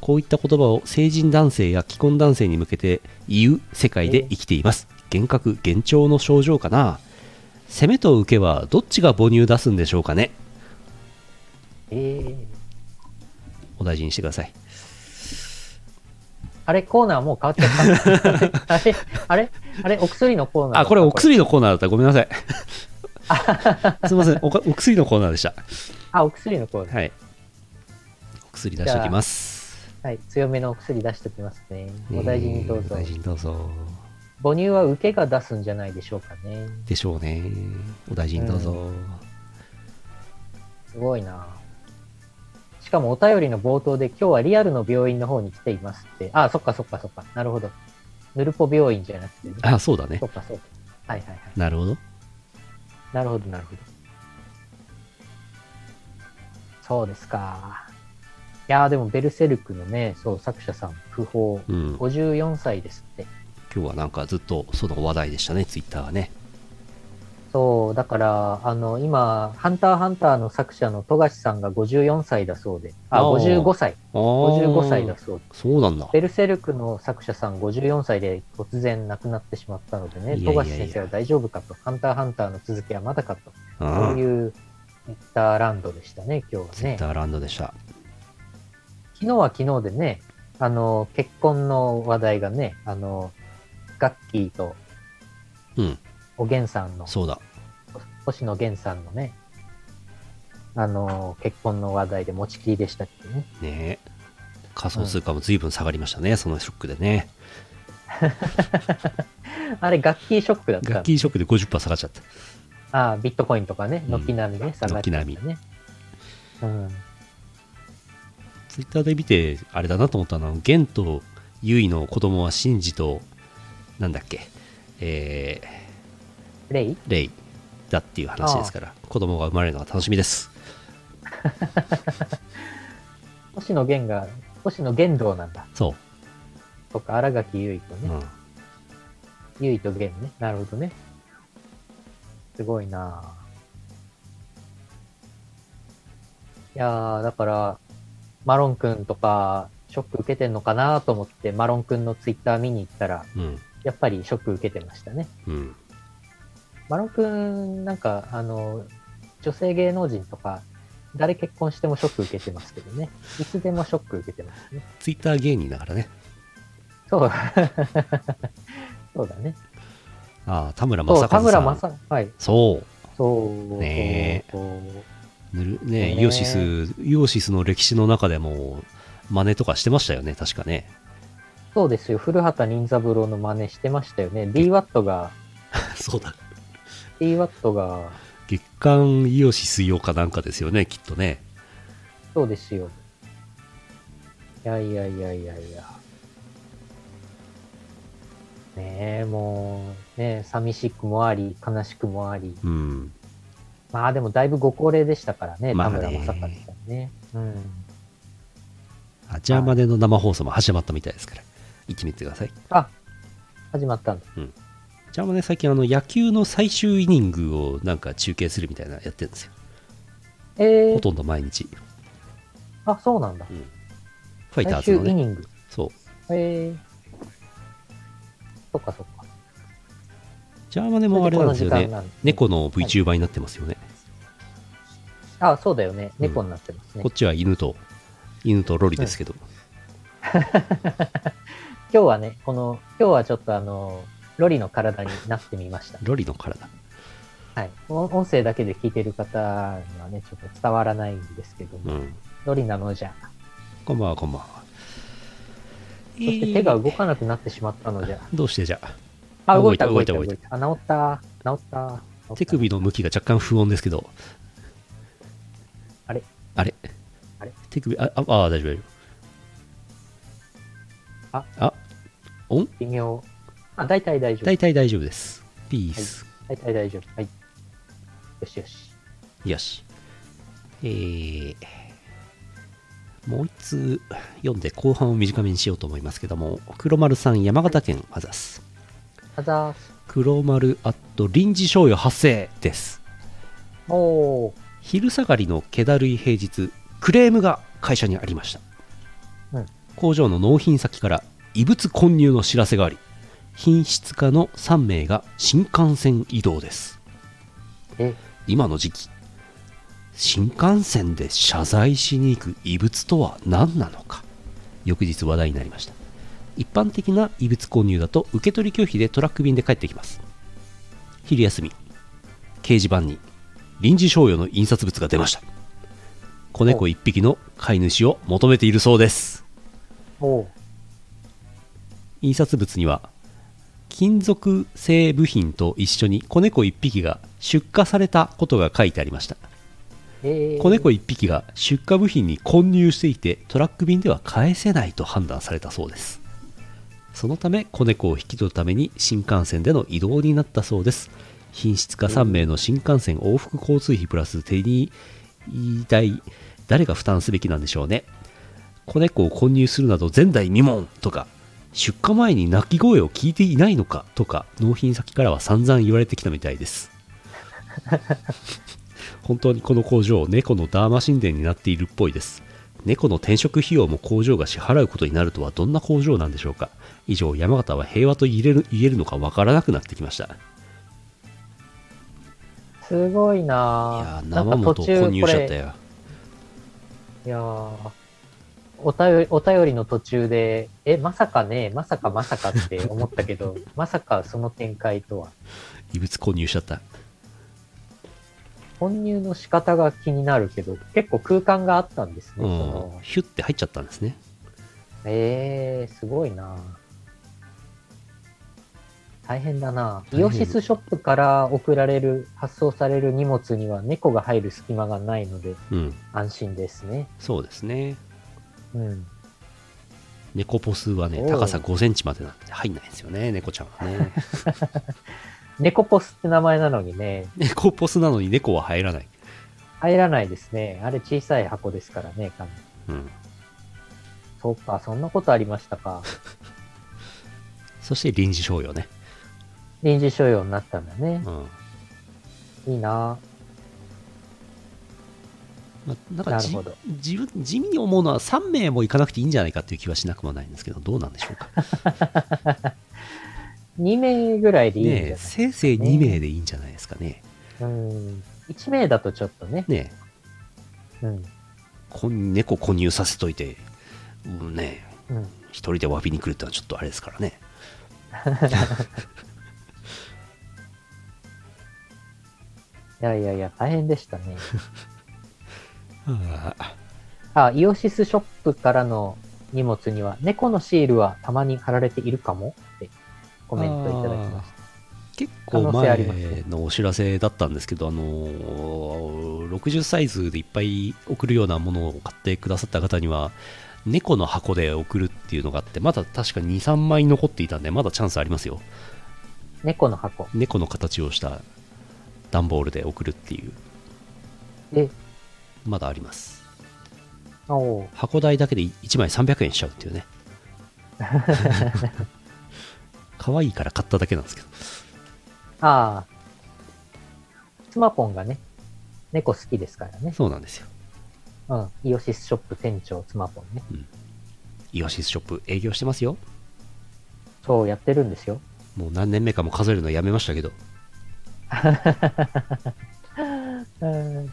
A: こういった言葉を成人男性や既婚男性に向けて言う世界で生きています幻覚幻聴の症状かな攻めと受けはどっちが母乳出すんでしょうかね
B: えー
A: お大事にしてください
B: あれ、コーナーもう変わっちゃ った。あれ、あれ、あれ、お薬のコーナーだっ
A: あ
B: た。
A: これお薬のコーナーだったごめんなさいすいませんおかお薬のコーナーでした
B: あ、お薬のコーナー。
A: はいお薬出しておきます
B: はい。強めのお薬出しておきますね。
A: ね
B: お大事にどう
A: お
B: ぞ。
A: 大事にどうぞ
B: 母乳は受けが出すんじゃないでしょうかね。
A: でしょうねお大事にどうぞ、
B: すごいなしかもお便りの冒頭で、今日はリアルの病院の方に来ていますって。あ、そっかそっかそっか。なるほど。ヌルポ病院じゃなくてね、
A: あそうだね
B: そっかそっか。はいはいはい。
A: なるほど
B: なるほどなるほど。そうですか。いやーでもベルセルクのね、そう、作者さん、不法、
A: うん今
B: 54歳ですって。
A: 日はなんかずっとその話題でしたねツイッターはね
B: そう、だから、あの、今、ハンターハンターの作者の富樫さんが54歳だそうで、あ、
A: おー
B: 55歳、
A: あー
B: 55歳だそうで。
A: そうなんだ
B: ベルセルクの作者さん54歳で突然亡くなってしまったのでね、
A: いやい
B: 富
A: やいや
B: 樫先生は大丈夫かと、ハンターハンターの続きはまだかと、
A: う
B: そうんいうツイッターランドでしたね、今日はね。
A: ツイッターランドでした
B: 昨日は昨日でね、あの、結婚の話題がね、あの、ガッキーと
A: うん
B: おげんさんの、
A: そうだ
B: 星野源さんのね、あの、結婚の話題で持ちきりでしたっけね。
A: ねえ仮想通貨も随分下がりましたね、そのショックでね
B: あれ、楽器ショックだった
A: 楽器ショックで50%下がっちゃった
B: ああ、ビットコインとかね、
A: うん
B: 軒並みね、下がってましたね。うん。
A: ツイッターで見てあれだなと思ったのは玄とユイの子供はシンジとなんだっけえ
B: レイ
A: ー、レイだっていう話ですから子供が生まれるのが楽しみです
B: 星野源が、星野源道なんだ。
A: そ
B: とか、荒垣結衣と
A: う、う
B: ね。
A: ん、
B: 結衣と源ね。なるほどね。すごいなあいやー、だから、マロンくんとか、ショック受けてんのかなと思って、マロンくんのツイッター見に行ったら、
A: うん
B: やっぱりショック受けてましたね。
A: うん
B: マロンくん、なんか、あの、女性芸能人とか、誰結婚してもショック受けてますけどね。いつでもショック受けてますね。
A: ツイッター芸人だからね
B: そう。 そうだね。
A: ああ田村
B: そ
A: 正和
B: う、田村
A: さん
B: 正和、はい。
A: そう
B: そう。
A: ね
B: そう
A: ぬるね
B: ね
A: イオシスイオシスの歴史の中でも真似とかしてましたよね確かね
B: そうですよ。古畑任三郎の真似してましたよね。DWAT が、
A: そうだ
B: DWAT が、
A: 月刊イオシス用かなんかですよねきっとね
B: そうですよ。いやいやいやいやいや。ねえ、もう、ねえ寂しくもあり、悲しくもあり。
A: うん
B: まあでもだいぶご高齢でしたからね、
A: まあ
B: 田
A: ね
B: 村正和さんね。うん。
A: アジャマネの生放送も始まったみたいですから、行ってみてください。
B: あ、始まったんだ。
A: アジャマネ最近あの野球の最終イニングをなんか中継するみたいなのやってるんですよ。
B: え
A: ほ
B: ー、
A: とんど毎日。
B: あ、そうなんだ。
A: ファイター
B: 最
A: ズ
B: 終
A: のね。
B: イニング。
A: そう。
B: えー。そっかそっか。
A: ジャーマネもあれなんですよ
B: それでこの時間
A: ね。
B: なんですね
A: 猫の VTuber になってますよね。
B: あ、そうだよね。
A: うん
B: 猫になってますね。
A: こっちは犬と、犬とロリですけど。
B: 今日はね、この、今日はちょっとあの、ロリの体になってみました。
A: ロリの体。
B: はい。お音声だけで聞いてる方にはね、ちょっと伝わらないんですけど
A: う
B: も、
A: ん。
B: ロリなのじゃ。
A: こんばんは、こんばんは。
B: そして手が動かなくなってしまったのじゃ。
A: どうしてじゃあ
B: あ、
A: 動
B: 動
A: い
B: い
A: た
B: た動いた
A: 動
B: 動
A: い
B: い
A: た
B: た。あ、治った。治った。治った
A: 手首の向きが若干不穏ですけど。
B: あれ
A: あれ
B: あれ
A: 手首、あ、あ、あ大丈夫、大丈夫。
B: あ、
A: あ、おん
B: 微妙。あ、大体大丈
A: 大体大丈夫です。ピース。
B: 夫。大体大丈夫。はい。よしよし。
A: よし。えー、もう一通読んで後半を短めにしようと思いますけども、黒丸さん、山形県あざす。
B: あざーす。
A: 黒丸アット臨時商用発生です。
B: おー。
A: 昼下がりの気だるい平日クレームが会社にありました、
B: うん
A: 工場の納品先から異物混入の知らせがあり品質課の3名が新幹線移動です
B: え、
A: 今の時期新幹線で謝罪しに行く異物とは何なのか翌日話題になりました一般的な異物購入だと受け取り拒否でトラック便で帰ってきます昼休み掲示板に臨時商用の印刷物が出ました子猫1匹の飼い主を求めているそうです
B: おー。
A: 印刷物には金属製部品と一緒に子猫1匹が出荷されたことが書いてありました
B: えー。
A: 子猫1匹が出荷部品に混入していてトラック便では返せないと判断されたそうですそのため子猫を引き取るために新幹線での移動になったそうです品質化3名の新幹線往復交通費プラス手に代誰が負担すべきなんでしょうね子猫を混入するなど前代未聞とか出荷前に鳴き声を聞いていないのかとか納品先からは散々言われてきたみたいです本当にこの工場猫のダーマ神殿になっているっぽいです猫の転職費用も工場が支払うことになるとはどんな工場なんでしょうか以上山形は平和と言える言えるのかわからなくなってきました
B: すごい
A: い
B: な
A: やー
B: ぁなん
A: 生
B: か
A: も
B: 途
A: と
B: 中
A: 混入しちゃっ
B: こ
A: た
B: れ
A: よ
B: いやーお便り、お便りの途中で、え、まさかね、まさかまさかって思ったけ ど、まさかその展開とは。
A: 異物混入しちゃった
B: 混入の仕方が気になるけど、結構空間があったんですね。
A: う
B: そ
A: ん
B: の、
A: ヒュッて入っちゃったんですね
B: えー、すごいな大変だな
A: 大変
B: イオシスショップから送られる、発送される荷物には猫が入る隙間がないので
A: うん
B: 安心ですね。
A: そうですね
B: うん。
A: 猫ポスはね
B: おう
A: 高さ5センチまでなんて入んないんですよね猫ちゃんはね
B: 猫ポスって名前なのにね、
A: 猫ポスなのに猫は入らない、
B: 入らないですね。あれ小さい箱ですからね、かなり
A: うん、
B: そうか、そんなことありました か。
A: そして臨時商用ね、
B: 臨時所用になったんだね
A: う。ん
B: いいな
A: まあ、なんかじ
B: なるほど
A: 自分地味に思うのは3名も行かなくていいんじゃないかっていう気はしなくもないんですけどどうなんでしょうか
B: 2名ぐらいでいいんじゃない
A: ねえせいぜい2名でいいんじゃないですかね
B: うん。1名だとちょっとね。
A: ねえ
B: うん。
A: こん猫購入させといて、うん、ねえ
B: うん。
A: 一人で詫びに来るってのはちょっとあれですからね
B: いやいやいや、大変でしたね。
A: はあ
B: あ、イオシスショップからの荷物には、猫のシールはたまに貼られているかもってコメントいただきまし
A: 結
B: 可
A: 構
B: 能性あります
A: 前のお知らせだったんですけど、あのー60サイズでいっぱい送るようなものを買ってくださった方には、猫の箱で送るっていうのがあって、まだ確か2、3枚残っていたんで、まだチャンスありますよ。
B: た。猫の箱。
A: 猫の形をした段ボールで送るっていう、
B: で、
A: まだあります。
B: おお
A: 箱代だけで1枚300円しちゃうって いうね。可愛いから買っただけなんですけど。
B: ああ。スマポンがね、猫好きですからね。
A: そうなんですよ。
B: うん。イオシスショップ店長スマポンね。
A: イオシスショップ営業してますよ。
B: そうやってるんですよ。
A: もう何年目かも数えるのやめましたけど。
B: うん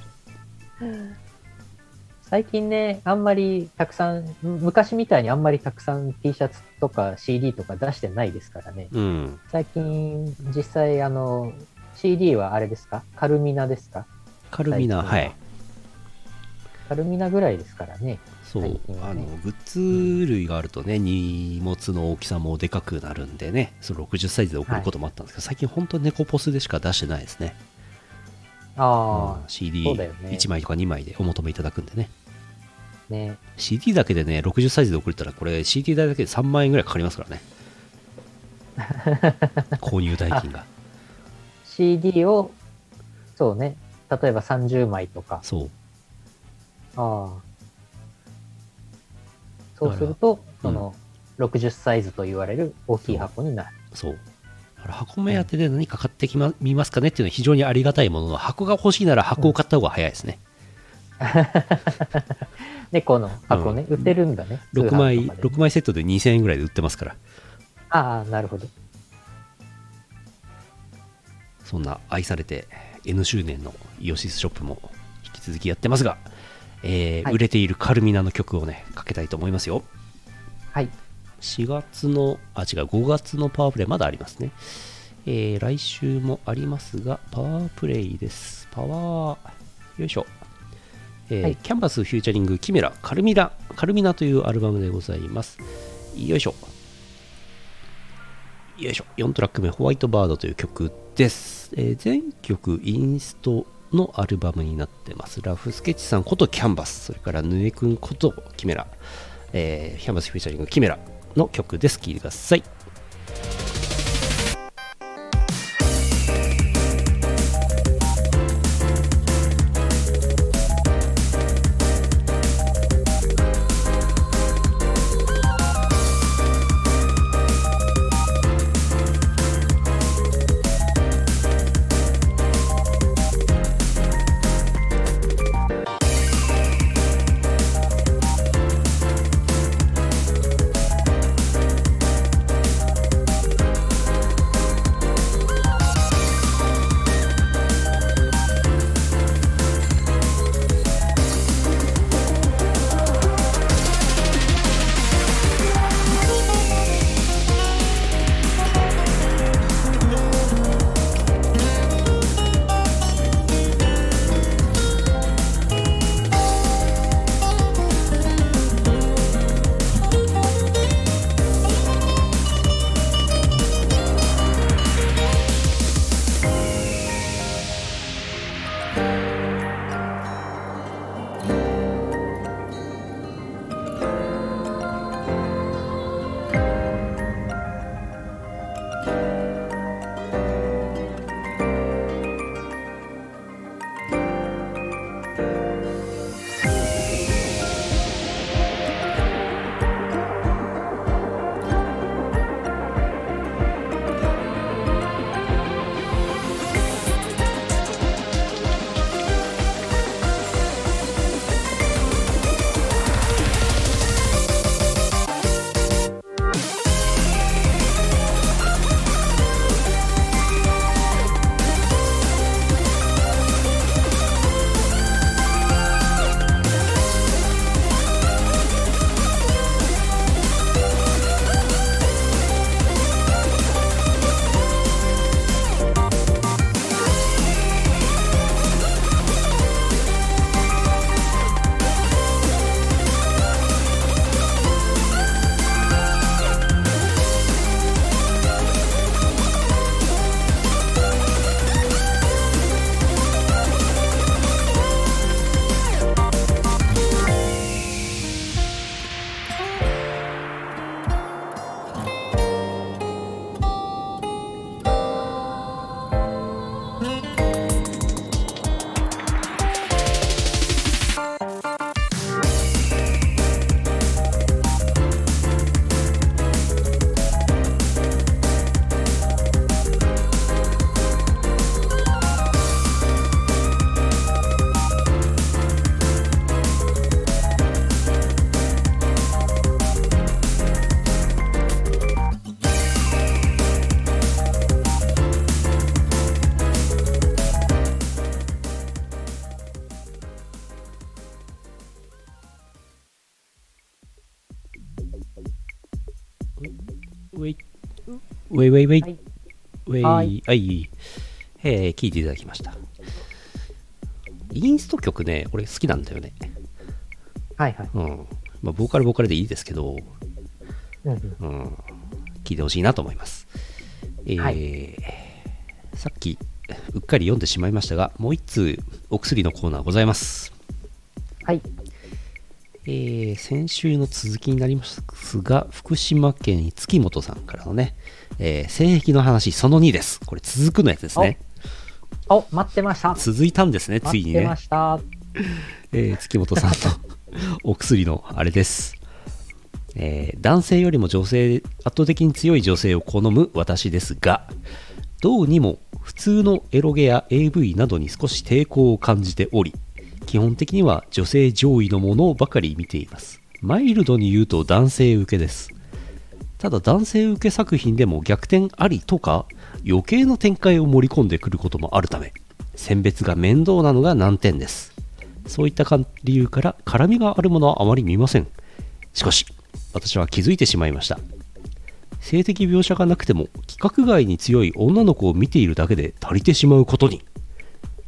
B: 最近ね、あんまりたくさん、昔みたいにあんまりたくさん T シャツとか CD とか出してないですからね。
A: うん。
B: 最近、実際、あの、CD はあれですかカルミナですか
A: カルミナ、は。
B: 最近はいカルミナぐらいですからね。
A: そう、
B: 最近
A: あ
B: は
A: の
B: ね、
A: グッズ類があるとね、荷物の大きさもでかくなるんでね、その60サイズで送ることもあったんですけど、最近本当に猫ポスでしか出してないですね。
B: あ
A: うん
B: あ、そうだよね
A: CD1 枚とか2枚でお求めいただくんでね。
B: ね。
A: CD だけでね、60サイズで送れたら、これ CD 代だけで3万円ぐらいかかりますから ね。購入代金が。
B: CD を、そうね、例えば30枚とか。
A: そう。
B: ああ。そうすると、
A: だから
B: その、60サイズと言われる大きい箱になる。
A: そう。だから箱目当てで何か買ってきま、みますかねっていうのは非常にありがたいものの、箱が欲しいなら箱を買った方が早いですね。
B: 猫の箱ね、売ってるんだね。
A: 6
B: 通
A: 枚、
B: 販とかで
A: 6枚セットで2000円ぐらいで売ってますから。
B: ああ、なるほど。
A: そんな愛されて N 周年のイオシスショップも引き続きやってますが、えー
B: はい
A: 売れているカルミナの曲をね、かけたいと思いますよ。
B: はい。
A: 4月の、あ、違う、5月のパワープレイまだありますね。えー来週もありますが、パワープレイです。パワー、よいしょ。えー
B: はい
A: キャンバスフューチャリングキメラカルミラカルミナというアルバムでございますよいしょよいしょ4トラック目ホワイトバードという曲です、えー全曲インストのアルバムになってますラフスケッチさんことキャンバスそれからヌエ君ことキメラ、えーキャンバスフューチャリングキメラの曲です聴いてください
D: 「
A: ウェイウェイウェイウェイ、
B: はい
A: ウェイ
B: は
A: はい、えー聞いていただきましたインスト曲ね俺好きなんだよね
B: はいはい。
A: うんまあボーカルボーカルでいいですけど
B: うんうん。
A: うん、聞いてほしいなと思います。えー
B: は
A: さっき、うっかり読んでしまいましたが、もう一通、お薬のコーナーございます。
B: はい。
A: えー先週の続きになりますが、福島県月本さんからのね、えー性癖の話その2です。これ続くのやつですね。
B: お、待ってました。
A: 続いたんですね、つい
B: 待っ
A: に
B: て
A: ね
B: ま。した。
A: えー月本さん のお薬のあれです、えー男性よりも女性圧倒的に強い女性を好む私ですがどうにも普通のエロゲや AV などに少し抵抗を感じており基本的には女性上位のものばかり見ていますマイルドに言うと男性受けですただ男性受け作品でも逆転ありとか余計な展開を盛り込んでくることもあるため選別が面倒なのが難点ですそういったかん理由から絡みがあるものはあまり見ませんしかし私は気づいてしまいました性的描写がなくても規格外に強い女の子を見ているだけで足りてしまうことに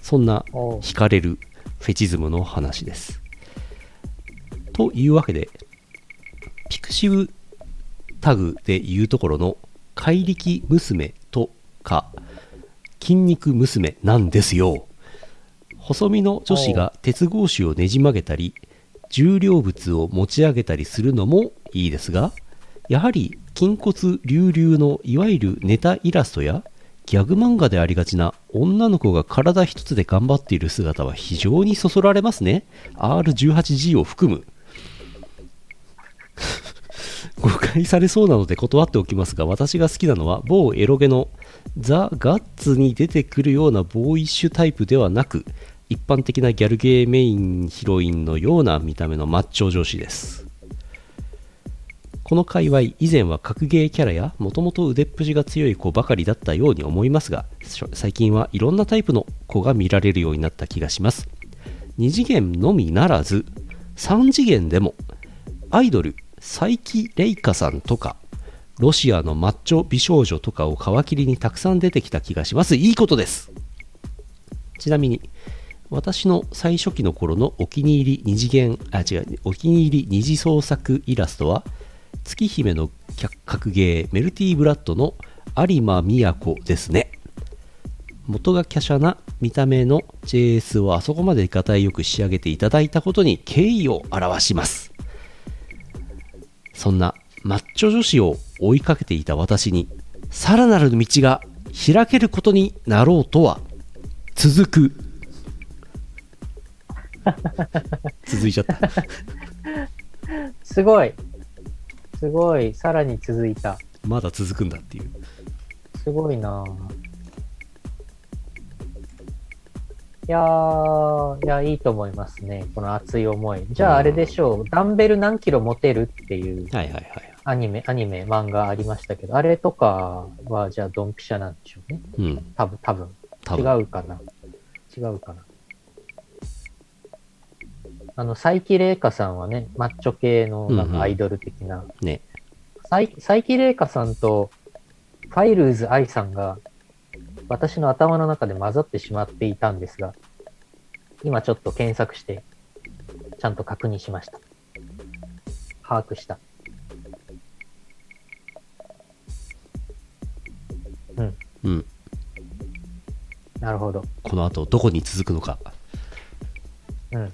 A: そんな
B: おう
A: 惹かれるフェチズムの話です。というわけで、ピクシブタグで言うところの怪力娘とか筋肉娘なんですよ。細身の女子が鉄格子をねじ曲げたり、重量物を持ち上げたりするのもいいですが、やはり筋骨隆々のいわゆるネタイラストやギャグ漫画でありがちな女の子が体一つで頑張っている姿は非常にそそられますね R18G を含む誤解されそうなので断っておきますが私が好きなのは某エロゲのザ・ガッツに出てくるようなボーイッシュタイプではなく一般的なギャルゲーメインヒロインのような見た目のマッチョ女子ですこの界隈以前は格ゲーキャラやもともと腕っぷしが強い子ばかりだったように思いますがしょ最近はいろんなタイプの子が見られるようになった気がします2次元のみならず3次元でもアイドル佐伯レイカさんとかロシアのマッチョ美少女とかを皮切りにたくさん出てきた気がしますいいことですちなみに私の最初期の頃のお気に入り二次元あ違うお気に入り二次創作イラストは月姫の脚格ゲーメルティーブラッドの有馬都ですね元が華奢な見た目の JS をあそこまで堅いよく仕上げていただいたことに敬意を表しますそんなマッチョ女子を追いかけていた私にさらなる道が開けることになろうとは続 く続いちゃった
B: すごい。すごい。さらに続いた。
A: まだ続くんだっていう
B: すごいなぁいやー、いや、いいと思いますね。この熱い思い。じゃあ、あれでしょう。ダンベル何キロ持てるっていう
A: はいはいはい
B: アニメ、アニメ、漫画ありましたけど、あれとかは、じゃあ、ドンピシャなんでしょうね。
A: うん
B: 多分、多分。
A: 多分
B: 違うかな。違うかな。あの、佐伯玲香さんはね、マッチョ系のなん
A: うんうん
B: かアイドル的な。
A: ね
B: 佐伯佐伯玲香さんとファイルーズ愛さんが私の頭の中で混ざってしまっていたんですが、今ちょっと検索して、ちゃんと確認しました。把握した。
A: うん
B: なるほど。
A: この後どこに続くのか
B: うん。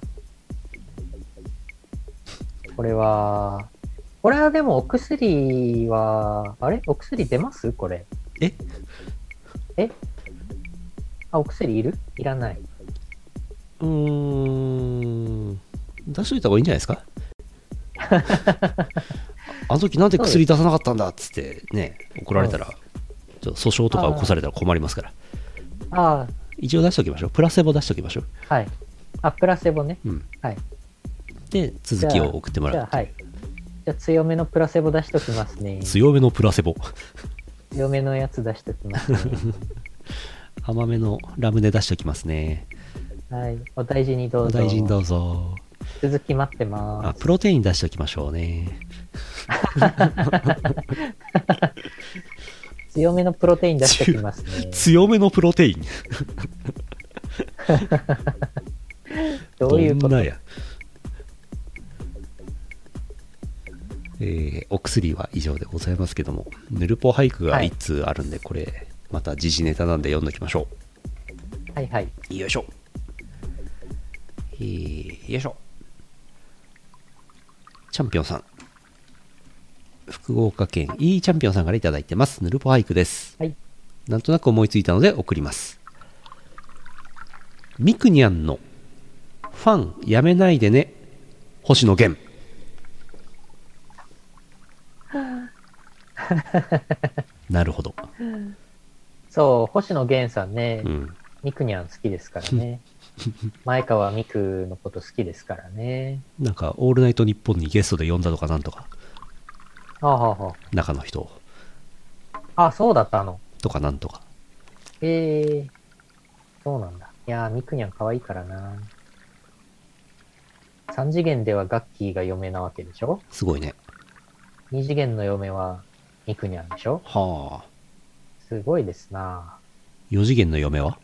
B: これは、これはでもお薬は、あれお薬出ますこれ。
A: え
B: えあ、お薬いるいらない。
A: うーん出しといた方がいいんじゃない ですかあの時なんで薬出さなかったんだっつってね怒られたらちょっと訴訟とか起こされたら困りますから
B: あ
A: 一応出しておきましょうプラセボ出しておきましょ
B: あ、はい。あ、プラセボね。
A: う、うん
B: はい
A: で続きを送っても
B: じ
A: ら
B: ゃ
A: う
B: あ、はい。じゃあ、強めのプラセボ出しときますね。
A: 強めのプラセボ
B: 強めのやつ出しときますね。
A: 甘めのラムネ出しておきますね
B: はい。お大事にど
A: お
B: うぞ。
A: 大事にどうぞ
B: 続き待ってま
A: あ
B: す。
A: プロテイン出しておきましょうね
B: 強めのプロテイン出してきますね。
A: 強めのプロテイン。
B: どういうこ
A: ん
B: と
A: なや。えーお薬は以上でございますけども、ヌルポ俳句が
B: はい
A: 1通あるんで、これ、また時事ネタなんで読んでおきましょ
B: はいはい。
A: う。よいしょ。えーよいしょ。チャンピオンさん。福岡県 E チャンピオンさんからいただいてます。ヌルポ俳句です。
B: はい。
A: なんとなく思いついたので送ります。ミクニャンのファンやめないでね、星野源。なるほど。
B: そう、星野源さんね
A: う、ん。
B: ミクニャン好きですからね。前川ミクのこと好きですからね。
A: なんか、オールナイトニッポンにゲストで呼んだとかなんとか、
B: ああ、は
A: 中の人を
B: あ、あ、そうだったの。
A: とかなんとか。
B: ええそうなんだ。いやー、ミクニャン可愛いからな。3次元ではガッキーが嫁なわけでしょ
A: すごいね。
B: ?2 次元の嫁はミクニャンでしょ
A: はあ。
B: すごいですな。
A: 4次元の嫁は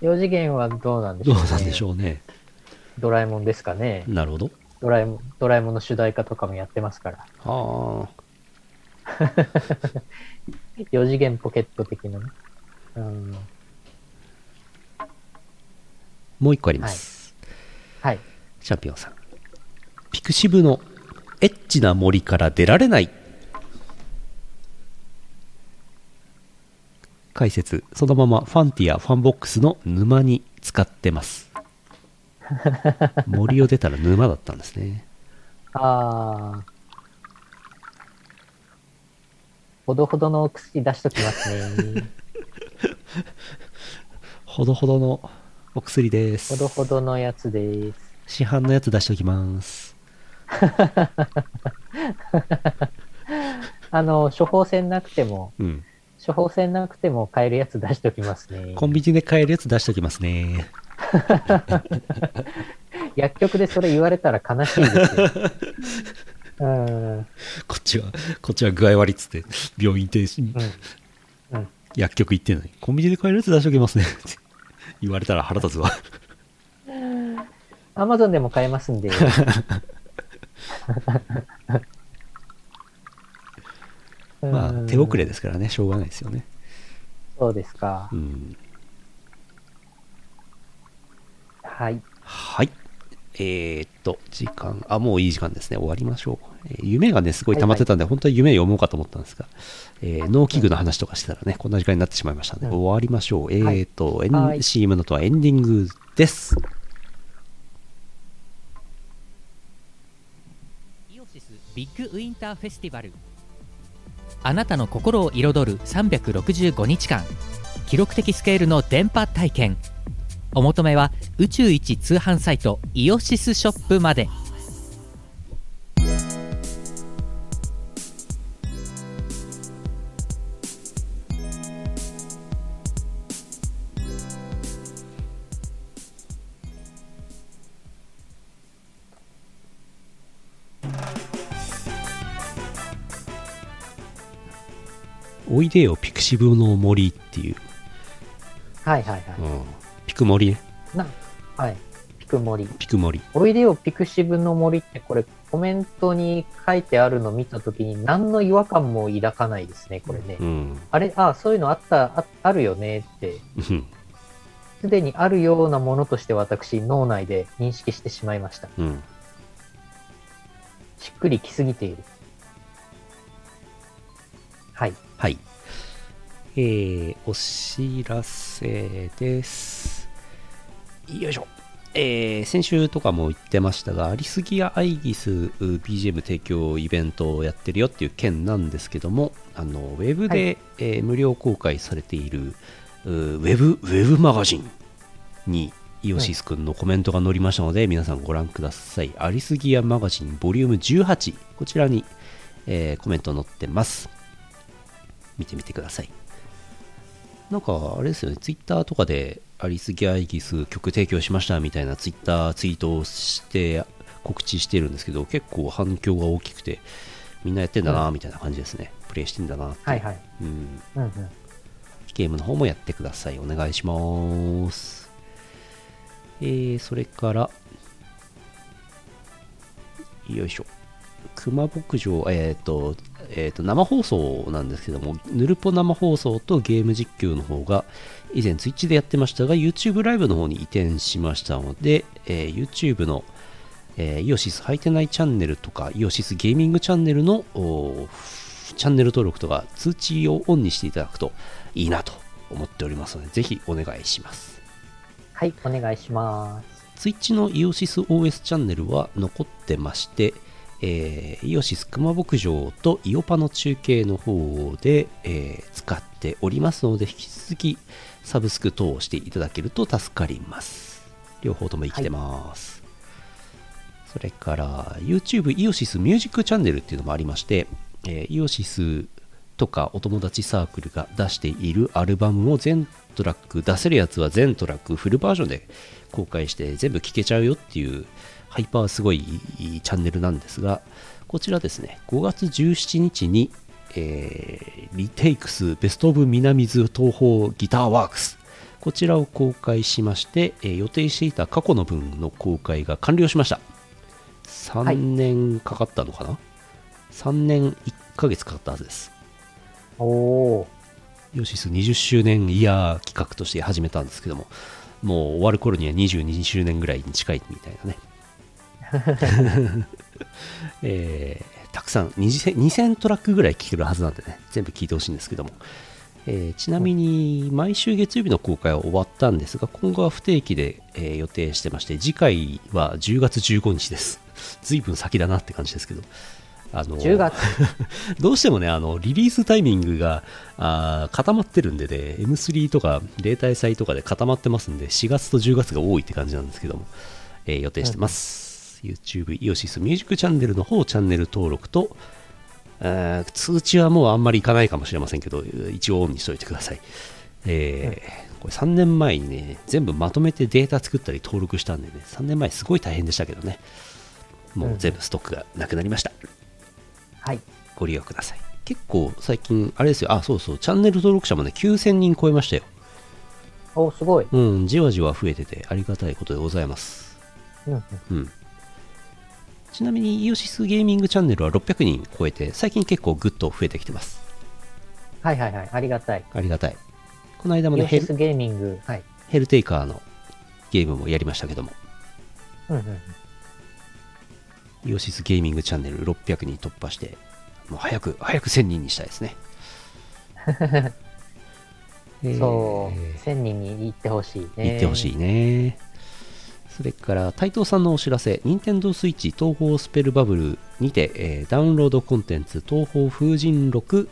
B: 4次元はどうなんでし
A: ど
B: ょ
A: う
B: う、ね、
A: なんでしょうね。
B: ドラえもんですかね。
A: なるほど。
B: ドラえもん、ドラえもんの主題歌とかもやってますから。
A: はあ。
B: 4次元ポケット的なね。うん。
A: もう一個あります。
B: はい。
A: チャンピオンさん。ピクシブのエッチな森から出られない。解説、そのままファンティア、ファンボックスの沼に使って ます。森を出たら沼だったんですね。
B: あー。ほどほどのお薬出しときます ね。
A: ほどほどのお薬です。
B: ほどほどのやつです。
A: 市販のやつ出しておきます。
B: あの、処方箋なくても、
A: うん。
B: 処方箋なくても買えるやつ出しておきますね。
A: コンビニで買えるやつ出しておきますね。
B: 薬局でそれ言われたら悲しいです よ。うん。
A: こっちは、こっちは具合悪いっつって、病院停止、
B: うん。うん。
A: 薬局行ってんのに、コンビニで買えるやつ出しときますね。って言われたら腹立つわ。
B: アマゾンでも買えますんで。
A: まあ、手遅れ
B: で。
A: ですからね、しょうがないですよね。
B: そうですか
A: う。ん。
B: はい。
A: はい。えーっと、時間、あ、もういい時間ですね。終わりましょう。えー夢がね、すごい溜まってたんで、本当は夢読もうかと思ったんですが、えー農機具の話とかしてたらね、こんな時間になってしまいましたので、
B: うん
A: 終わりましょう。え
B: はい
A: ーっと、エン
B: はい
A: CM のとはエンディングです。
C: イオシスビッグウィンターフェスティバルあなたの心を彩る365日間記録的スケールの電波体験お求めは宇宙一通販サイトイオシスショップまで
A: おいでよ、ピクシブの森っていう、
B: はいはいはい。
A: うん、ピク森ね、
B: な、はい。ピクモリ。
A: ピク森。
B: おいでよ、ピクシブの森って、これ、コメントに書いてあるの見たときに、何の違和感も抱かないですね、これね。
A: うん。
B: あれ、あそういうのあった、ああるよねって、
A: うん
B: すでにあるようなものとして私、脳内で認識してしまいました。
A: うん。
B: しっくりきすぎている。はい。
A: はい。えー、お知らせです。よいしょ。えー、先週とかも言ってましたが、アリスギア・アイギスう BGM 提供イベントをやってるよっていう件なんですけども、あのウェブで、
B: は
A: えー無料公開されているうウェブウェブマガジンにイオシス君のコメントが載りましたので、皆さんご覧ください。アリスギアマガジンボリューム18、こちらに、えーコメント載ってます。見てみてください。なんかあれですよね、ツイッターとかでアリス・ギャイギス曲提供しましたみたいなツイッターツイートをして告知してるんですけど結構反響が大きくてみんなやってんだなみたいな感じですね、プレイしてんだなって、
B: はいはい。
A: うん、
B: うんうん。
A: ゲームの方もやってくださいお願いしますえー、それからよいしょ熊牧場えっ、とえっ、と生放送なんですけどもぬるぽ生放送とゲーム実況の方が以前 Twitch でやってましたが YouTube ライブの方に移転しましたので、えー YouTube のえーイオシスハイテナイチャンネルとか、イオシスゲーミングチャンネルのおーチャンネル登録とか通知をオンにしていただくといいなと思っておりますので、ぜひお願いします。
B: はい、お願いします。
A: Twitch のイオシス OS チャンネルは残ってまして、えーイオシス熊牧場とイオパの中継の方で、えー使っておりますので、引き続きサブスク等をしていただけると助かります。両方とも生きてます。それから、YouTube イオシスミュージックチャンネルっていうのもありまして、えーイオシスとかお友達サークルが出しているアルバムを全トラック出せるやつは全トラックフルバージョンで公開して全部聴けちゃうよっていうハイパーすごいチャンネルなんですがこちらですね5月17日に、えーリテイクスベスト・オブ・南津東宝ギターワークスこちらを公開しまして、えー予定していた過去の分の公開が完了しました
B: はい
A: 3年かかったのかな、3年1ヶ月かかったはずです
B: おお
A: ヨシス20周年イヤー企画として始めたんですけども、もう終わる頃には22周年ぐらいに近いみたいなね。 えーたくさん2000、2000トラックぐらい聴けるはずなんでね、全部聴いてほしいんですけども。えーちなみに、毎週月曜日の公開は終わったんですが、今後は不定期で、えー予定してまして、次回は10月15日です。 随分先だなって感じですけど。あの
B: ー、10月。
A: どうしてもね、あの、リリースタイミングが、あー固まってるんでね、M3 とか、例大祭とかで固まってますんで、4月と10月が多いって感じなんですけども、えー予定してます。YouTube、イオシスミュージックチャンネルの方、チャンネル登録と、えー通知はもうあんまりいかないかもしれませんけど、一応オンにしといてください。えーこれ3年前にね、全部まとめてデータ作ったり登録したんでね、3年前すごい大変でしたけどね、もう全部ストックがなくなりました。
B: はい。
A: ご利用ください結構最近あれですよあそうそうチャンネル登録者もね9000人超えましたよ
B: おーすごい。
A: うんじわじわ増えててありがたいことでございます
B: うんうん。
A: うんちなみにイオシスゲーミングチャンネルは600人超えて最近結構グッと増えてきてます
B: はいはいはい。ありがたい。
A: ありがたいこの間もね
B: ヨ
A: ヘ
B: シ
A: ル
B: スゲーミング。はい。
A: ヘルテイカーのゲームもやりましたけども
B: うんうんうん。
A: イオシスゲーミングチャンネル600人突破してもう早く早く1000人にしたいですね
B: そう、
A: えー
B: 1000人に行ってほしいね。
A: 行ってほしいね。それから、台東さんのお知らせ、任天堂スイッチ東方スペルバブルにて、えーダウンロードコンテンツ、東方風神録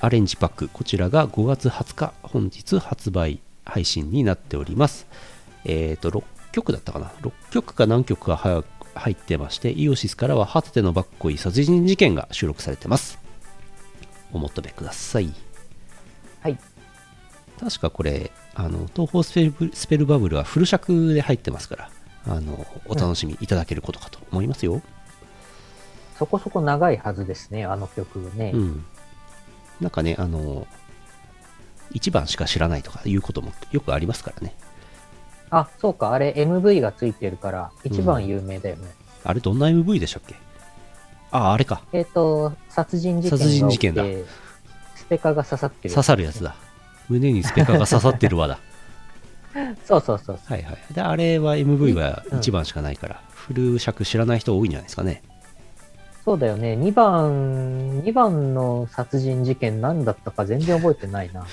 A: アレンジパック、こちらが5月20日、本日発売、配信になっております。えっ、と、6曲だったかな ?6 曲か何曲かは入ってまして、イオシスからは、ハテテのバッコイ殺人事件が収録されてます。お求めください。
B: はい。
A: 確かこれあの東方スペルブスペルバブルはフル尺で入ってますからあのお楽しみいただけることかと思いますよ、
B: そこそこ長いはずですね、あの曲ね。
A: うん、なんかねあの1番しか知らないとかいうこともよくありますからね
B: あ、そうか、あれ MV がついてるから、一番有名だよね。
A: あれどんな MV でしたっけああれか
B: えっ、と、殺人事件が起きて。
A: 殺人事件だ
B: スペカが刺さってる。
A: 刺さるやつだ胸にスペカが刺さってるわだ
B: そうそうそう。
A: はいはいであれは MV は1番しかないから、フル尺知らない人多いんじゃないですかね
B: そうだよね。2番、2番の殺人事件何だったか全然覚えてないな。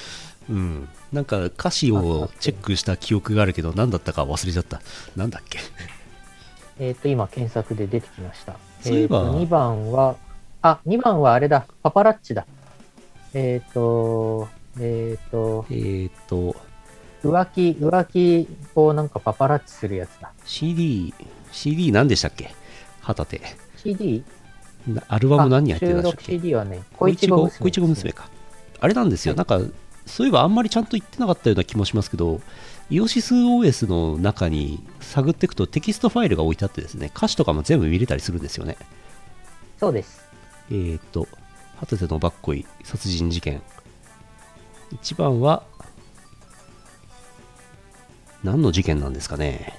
A: うん、なんか歌詞をチェックした記憶があるけど何だったか忘れちゃったなんだっけ
B: えっ、と、今検索で出てきました。
A: そういえば
B: 2番は、あ、2番はあれだ。パパラッチだ。えっ、と、えっ、と、
A: えっと
B: 浮気、浮気をなんかパパラッチするやつだ。
A: CD CD 何でしたっけ旗手
B: CD?
A: なアルバム何に入ってた
B: あ
A: んでしたっ
B: 収録
A: け
B: CD はね、小一ご娘ですね。
A: 小一ご娘かあれなんですよ、
B: はい
A: なんかそういえばあんまりちゃんと言ってなかったような気もしますけどイオシス OS の中に探っていくとテキストファイルが置いてあってですね、歌詞とかも全部見れたりするんですよね。
B: そうです。
A: えーっと、博士のばっこい殺人事件。一番は、何の事件なんですかね。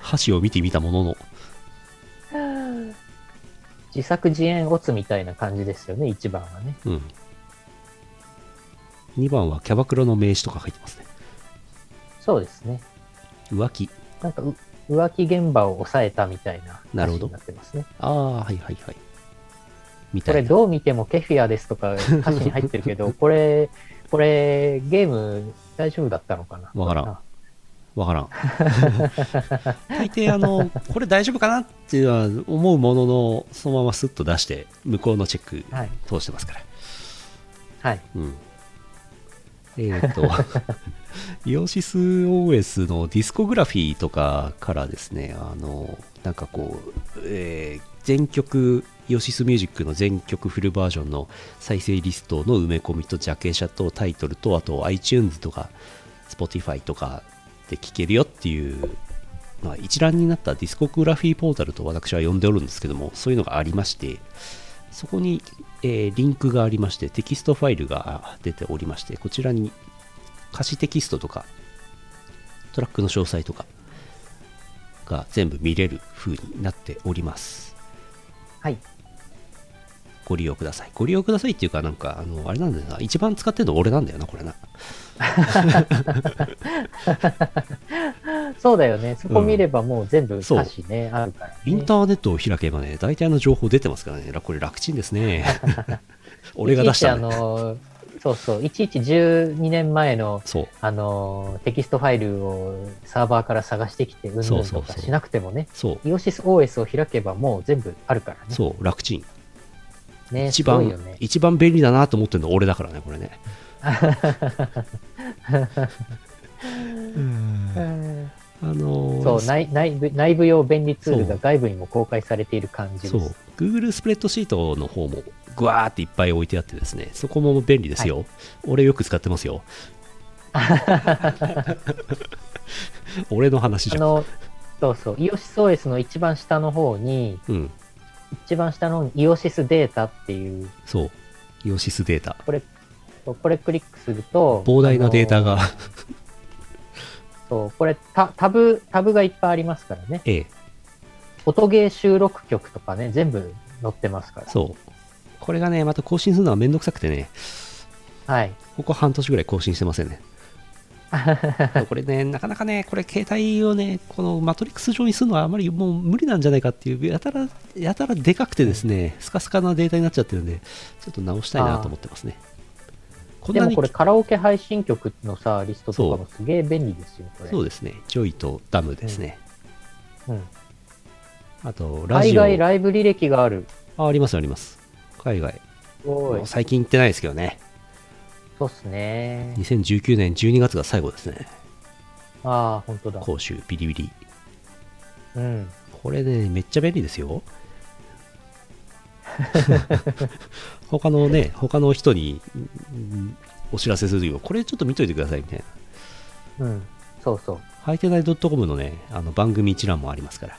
A: 箸を見てみたものの、
B: 自作自演オツみたいな感じですよね、一番はね。
A: うん。2番はキャバクラの名詞とか書いてますね。
B: そうですね。
A: 浮気。
B: なんかう浮気現場を抑えたみたいな
A: なるほど
B: 話になってますね。
A: ああ、はいはいはい。み
B: こ
A: た
B: れ
A: いな。
B: どう見てもケフィアですとか歌詞に入って るけど、これ、これゲーム大丈夫だったのかな
A: わからんわからん。大抵、あの、これ大丈夫かなっていうのは思うものの、そのままスッと出して、向こうのチェック
B: はい。
A: 通してますから。
B: はい。
A: うん。えっ、 と、イオシス OS のディスコグラフィーとかからですね、あの、なんかこう、えー全曲、イオシスミュージックの全曲フルバージョンの再生リストの埋め込みとジャケ写とタイトルと、あと iTunes とか Spotify とかで聴けるよっていう、まあ、一覧になったディスコグラフィーポータルと私は呼んでおるんですけども、そういうのがありまして、そこに、えーリンクがありまして、テキストファイルがあ出ておりまして、こちらに歌詞テキストとか、トラックの詳細とかが全部見れる風になっております。
B: はい。
A: ご利用ください。ご利用くださいっていうか、なんか、あの、あれなんだよな、一番使ってるの俺なんだよな、これな。
B: そうだよね。そこ見ればもう全部
A: そう
B: 歌詞ね、あるから、ね。
A: インターネットを開けばね、大体の情報出てますからね、らこれ楽ちんです ね。俺が出した
B: いちい
A: ね。
B: ちあのーそうそう、いちいち12年前の、
A: そう。
B: あのーテキストファイルをサーバーから探してきて、うんぬ
A: そうんそ
B: と
A: うそう
B: かしなくてもね、
A: そう。
B: イオシス OS を開けばもう全部あるからね。
A: そう、楽ちん。
B: ね
A: 一
B: す
A: 番、
B: ごいよね。
A: 一番便利だなと思ってるの俺だからね、これね。
B: うん
A: あのー
B: そう内内部、内部用便利ツール
A: そ
B: が
A: う
B: 外部にも公開されている感じ
A: そ
B: で
A: う
B: す。
A: Google スプレッドシートの方も、ぐわーっていっぱい置いてあってですね、そこも便利ですよ。俺よく使って ますよ。俺の話じゃん。
B: あの、そうそう、イオシス OS の一番下の方に、
A: うん、
B: 一番下の方にイオシスデータっていう、
A: そう。イオシスデータ。
B: これクリックすると、
A: 膨大なデータ
B: あ
A: が
B: の、そう、これタタブ、タブがいっぱいありますからね。
A: ええ、
B: 音ゲー収録曲とかね、全部載ってますから。
A: そう。これがね、また更新するのはめんどくさくてね、
B: はい。
A: ここ半年ぐらい更新してませ んね。これね、なかなかね、これ携帯をね、このマトリックス上にするのはあまりもう無理なんじゃないかっていう、やたら、やたらでかくてですね、スカスカなデータになっちゃってるんで、ちょっと直したいなと思ってますね。こん
B: で
A: な
B: も
A: に
B: こ、れカラオケ配信曲のさ、リストとかもすげえ便利ですよ、これ。
A: そうですね、ジョイとダムですね。
B: うん
A: あと、ラ
B: 海
A: ジオ。
B: 外ライブ履歴がある。
A: あ、ありますあります。海外。
B: すごい
A: もう。最近行ってないですけどね。
B: そうっすね。
A: 2019年12月が最後ですね。
B: ああ、本当だ。
A: 杭州、ビリビリ。
B: うん。
A: これね、めっちゃ便利ですよ。 他のね、他の人にうんお知らせするよ。これちょっと見といてくださいみたいな。
B: うん。そうそ
A: ハイテナイドットコムのね、あの番組一覧もありますから。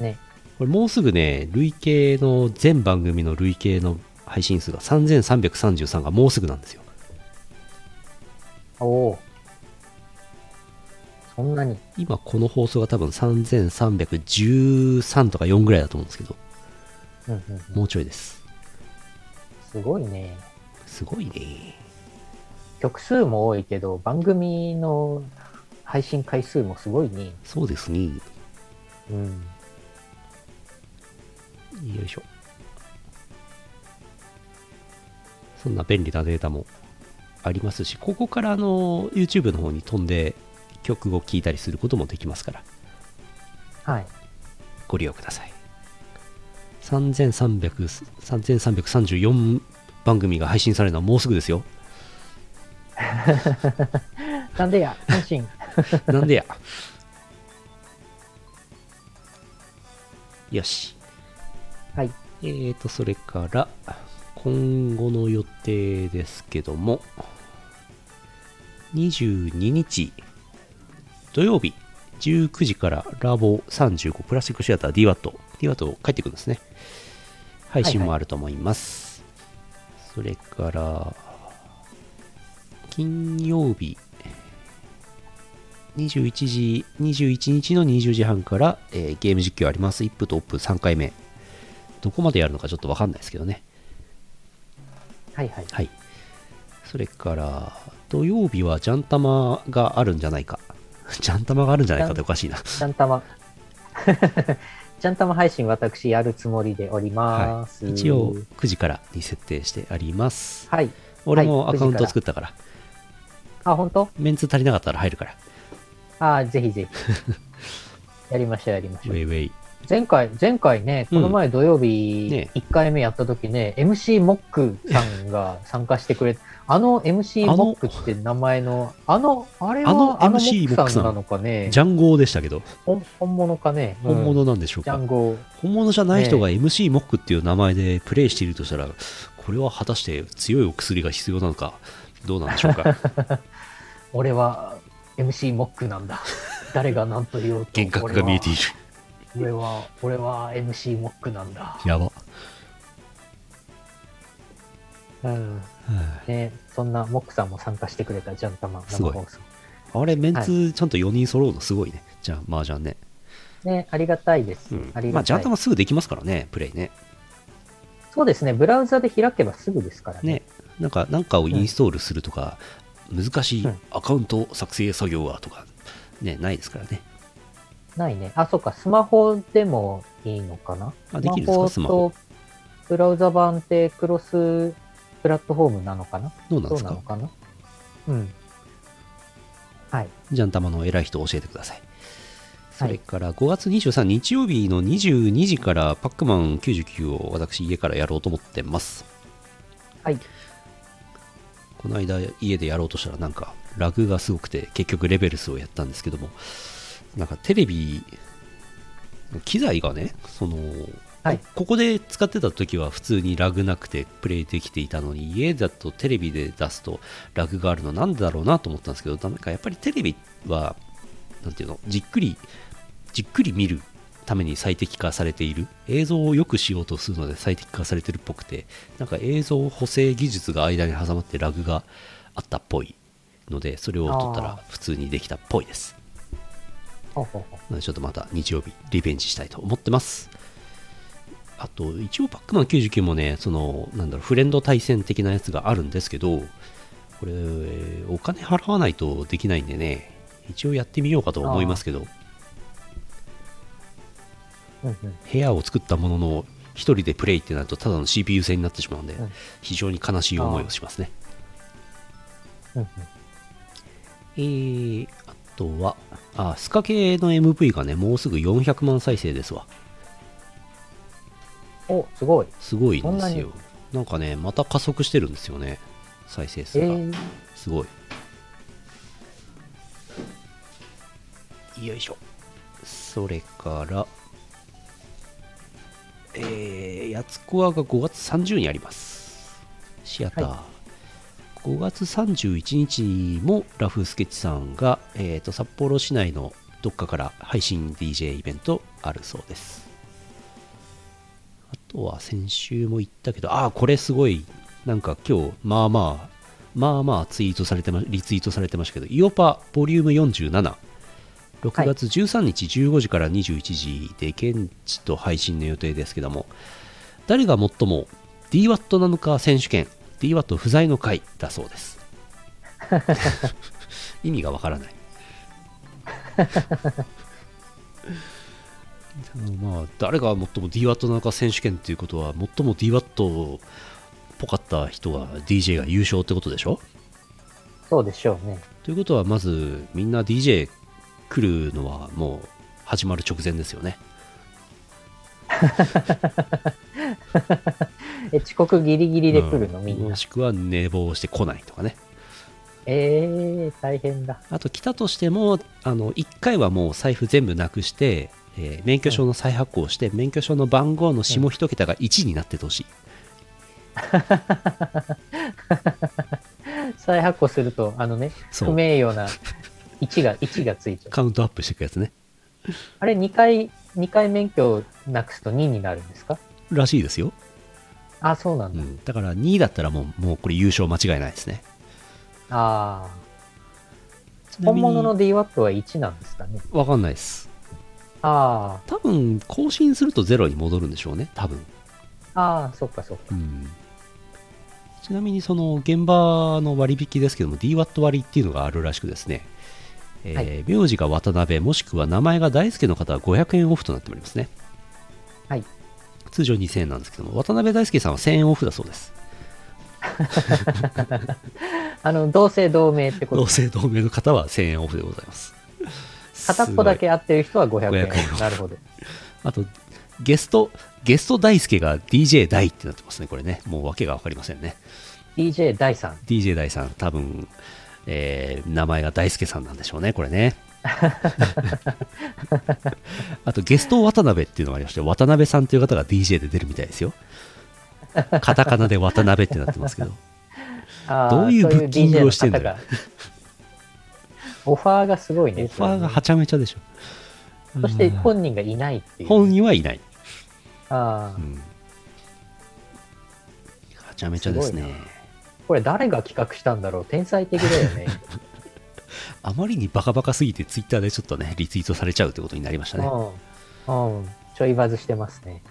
B: う。ね。
A: これもうすぐね、累計の、全番組の累計の配信数が3333がもうすぐなんですよ。
B: おおー。そんなに。
A: 今この放送が多分3313とか4ぐらいだと思うんですけど、
B: うんうんうん。
A: もうちょいです。
B: すごいね。
A: すごいね。
B: 曲数も多いけど、番組の配信回数もすごいね。
A: そうですね。
B: うん。
A: よいしょ。そんな便利なデータもありますし、ここからあの YouTube の方に飛んで曲を聴いたりすることもできますから、
B: はい。
A: ご利用ください。3300 3334番組が配信されるのはもうすぐですよ。
B: なんでや、阪神。
A: なんでや。よし。
B: はい。
A: えーと、それから、今後の予定ですけども、22日土曜日19時からラボ35プラスチックシアター DWAT。DWAT 帰ってくるんですね。配信もあると思います。それから、金曜日21時、21日の20時半から、えーゲーム実況あります。イップとオップ3回目。どこまでやるのかちょっとわかんないですけどね。
B: はいはい。
A: はい。それから、土曜日はジャンタマがあるんじゃないか。 ジャンタマがあるんじゃないかっておかしいな。
B: ちゃんたま。 ちゃんたま配信私やるつもりでおりま
A: は
B: す。
A: い。一応、9時からに設定してあります。
B: はい。
A: 俺も
B: は
A: ア
B: い
A: カウン
B: 9時か
A: ト
B: ら
A: 作ったから。
B: あ、本当？
A: メンツ足りなかったら入るから。
B: あーぜひぜひ。 やりましょうやりまし
A: ウ
B: ょう
A: ェ。イウェイ。
B: 前回、前回ね、この前土曜
A: うん
B: 日
A: ね
B: 1回目やった時ね、MC モックさんが参加してくれあの MC
A: あの
B: モックって名前の、あの、あれは
A: あの
B: あの
A: MC
B: モックさんなのかね
A: ジ、ャンゴーでしたけど、
B: 本本物かね、うん
A: 本物なんでしょう
B: ジ
A: か。
B: ャンゴ
A: 本物じゃない人が MC モックっていう名前でプレイしているとしたら、これは果たして強いお薬が必要なのか、どうなんでしょう か。
B: 俺は MC モックなん だ。誰が何と言おうと
A: 幻覚が見えている。
B: 俺は、俺は、俺は MC モックなんだ。
A: やば。は
B: うん。
A: あ
B: ね、そんなモックさんも参加してくれたジャンタマン
A: すご
B: 生
A: い
B: 放送。
A: あれ、メンツちゃんと4人揃うのすごいね。じゃあ、麻雀ね。
B: ね、ありがたいです。
A: うん
B: あり。
A: ま
B: が
A: あ、ジャ
B: た
A: ン
B: い
A: タ。マすぐできますからね、プレイね。
B: そうですね、ブラウザで開けばすぐですからね。
A: ね。なんか、なんかをインストールするとか、難しい
B: うん
A: アカウント作成作業はとか、ね、ないですからね。
B: ないね。あ、そうか、スマホでもいいのかな
A: あできるんですかスマホ
B: とブラウザ版ってクロスプラットフォームなのかな
A: どうなん
B: そ
A: で
B: う
A: す
B: なの
A: か
B: かなうん。はい。
A: ジャンタマの偉い人教えてください。そ
B: は
A: れ
B: い。
A: から5月23日曜日の22時からパックマン99を私家からやろうと思ってます。
B: はい。
A: この間家でやろうとしたらなんかラグがすごくて結局レベルスをやったんですけども、なんかテレビ、機材がね、その、
B: はい
A: ここで使ってた時は普通にラグなくてプレイできていたのに家だとテレビで出すとラグがあるのなんでだろうなと思ったんですけどなんかやっぱりテレビはなんていうのじっくりじっくり見るために最適化されている映像を良くしようとするので最適化されてるっぽくてなんか映像補正技術が間に挟まってラグがあったっぽいのでそれを取った
B: あ
A: ら普通にできたっぽいです
B: ほうほうほう
A: なのでちょっとまた日曜日リベンジしたいと思ってますあと一応パックマン99もねそのなんだろうフレンド対戦的なやつがあるんですけどこれお金払わないとできないんでね一応やってみようかと思いますけど
B: うんうん。
A: 部屋を作ったものの一人でプレイってなるとただの CPU 戦になってしまうんで、
B: うん
A: 非常に悲しい思いをしますね
B: うんうん
A: えー、あとはあスカ系の MV がねもうすぐ400万再生ですわ
B: お、すごい。
A: すごいんで
B: そんな
A: す
B: に
A: よなんかねまた加速してるんですよね再生数
B: え
A: が、
B: ー、
A: すごいよいしょそれからえー、やつこわが5月30にありますシアター、
B: は
A: 5月31日にもラフスケッチさんが、えー、と札幌市内のどっかから配信 DJ イベントあるそうですあとは先週も言ったけど、ああ、これすごい、なんか今日、まあまあ、まあまあツイートされてま、リツイートされてましたけど、イオパボリューム47、6月13日15時から21時で現地と配信の予定ですけども、誰が最も DWAT なのか選手権、DWAT 不在の回だそうです。意味がわからない。うんまあ、誰が最も DWAT なのか選手権っていうことは最も DWAT っぽかった人が DJ が優勝ってことでしょ
B: そうでしょうね。
A: ということはまずみんな DJ 来るのはもう始まる直前ですよね
B: え、遅刻ギリギリで来るの、
A: う
B: みん
A: も
B: な。
A: しくは寝坊して来ないとかね
B: えー、大変だ。
A: あと来たとしてもあの1回はもう財布全部なくして、えー免許証の再発行をして、免許証の番号の下一桁が1になっててほしい、
B: 再発行すると、あのね、
A: そう
B: 不名誉な1が、1がついちゃう。
A: カウントアップしていくやつね
B: あれ、2回、二回免許をなくすと2になるんですから
A: しいですよ、
B: あ、そうなん
A: う
B: だ。
A: ん、だから2位だったらもうもうこれ優勝間違いないですね
B: あ
A: ち
B: あ。
A: なみ
B: 本
A: に
B: 物の DWAT は1なんですかね。
A: わかんないです
B: あ
A: 多分更新するとゼロに戻るんでしょうね多分
B: あ、ああ、そっかそっか。
A: うんちなみにその現場の割引ですけども DWAT 割っていうのがあるらしくですね、えー
B: はい
A: 名字が渡辺もしくは名前が大輔の方は500円オフとなっておりますね
B: はい
A: 通常2000円なんですけども渡辺大輔さんは1000円オフだそうです
B: あの、同姓同名ってこ
A: 同
B: と。
A: 姓同名の方は1000円オフでございます
B: 片っぽだけ合ってる人は500円。
A: 500円
B: なるほど。
A: すごいあとゲストゲスト大輔が DJ 大ってなってますねこれねもう訳が分かりませんね
B: DJ 第3。
A: DJ 大さん多分、えー名前が大輔さんなんでしょうねこれ ねあとゲスト渡辺っていうのがありまして渡辺さんという方が DJ で出るみたいですよカタカナで渡辺ってなってますけ ど
B: ああ
A: どういうブッキングをしてんだよ。
B: そういう DJ の方がオファーがすごいね。
A: オファーがはちゃめちゃでしょ
B: それねそして
A: うん
B: 本人がいないっていう。
A: 本人はいない、う
B: ああ、
A: んはちゃめちゃですね
B: すごいこれ誰が企画したんだろう天才的だよ ね。
A: あまりにバカバカすぎてツイッターでちょっとねリツイートされちゃうってことになりましたね
B: うん。うん。ちょいバズしてますね。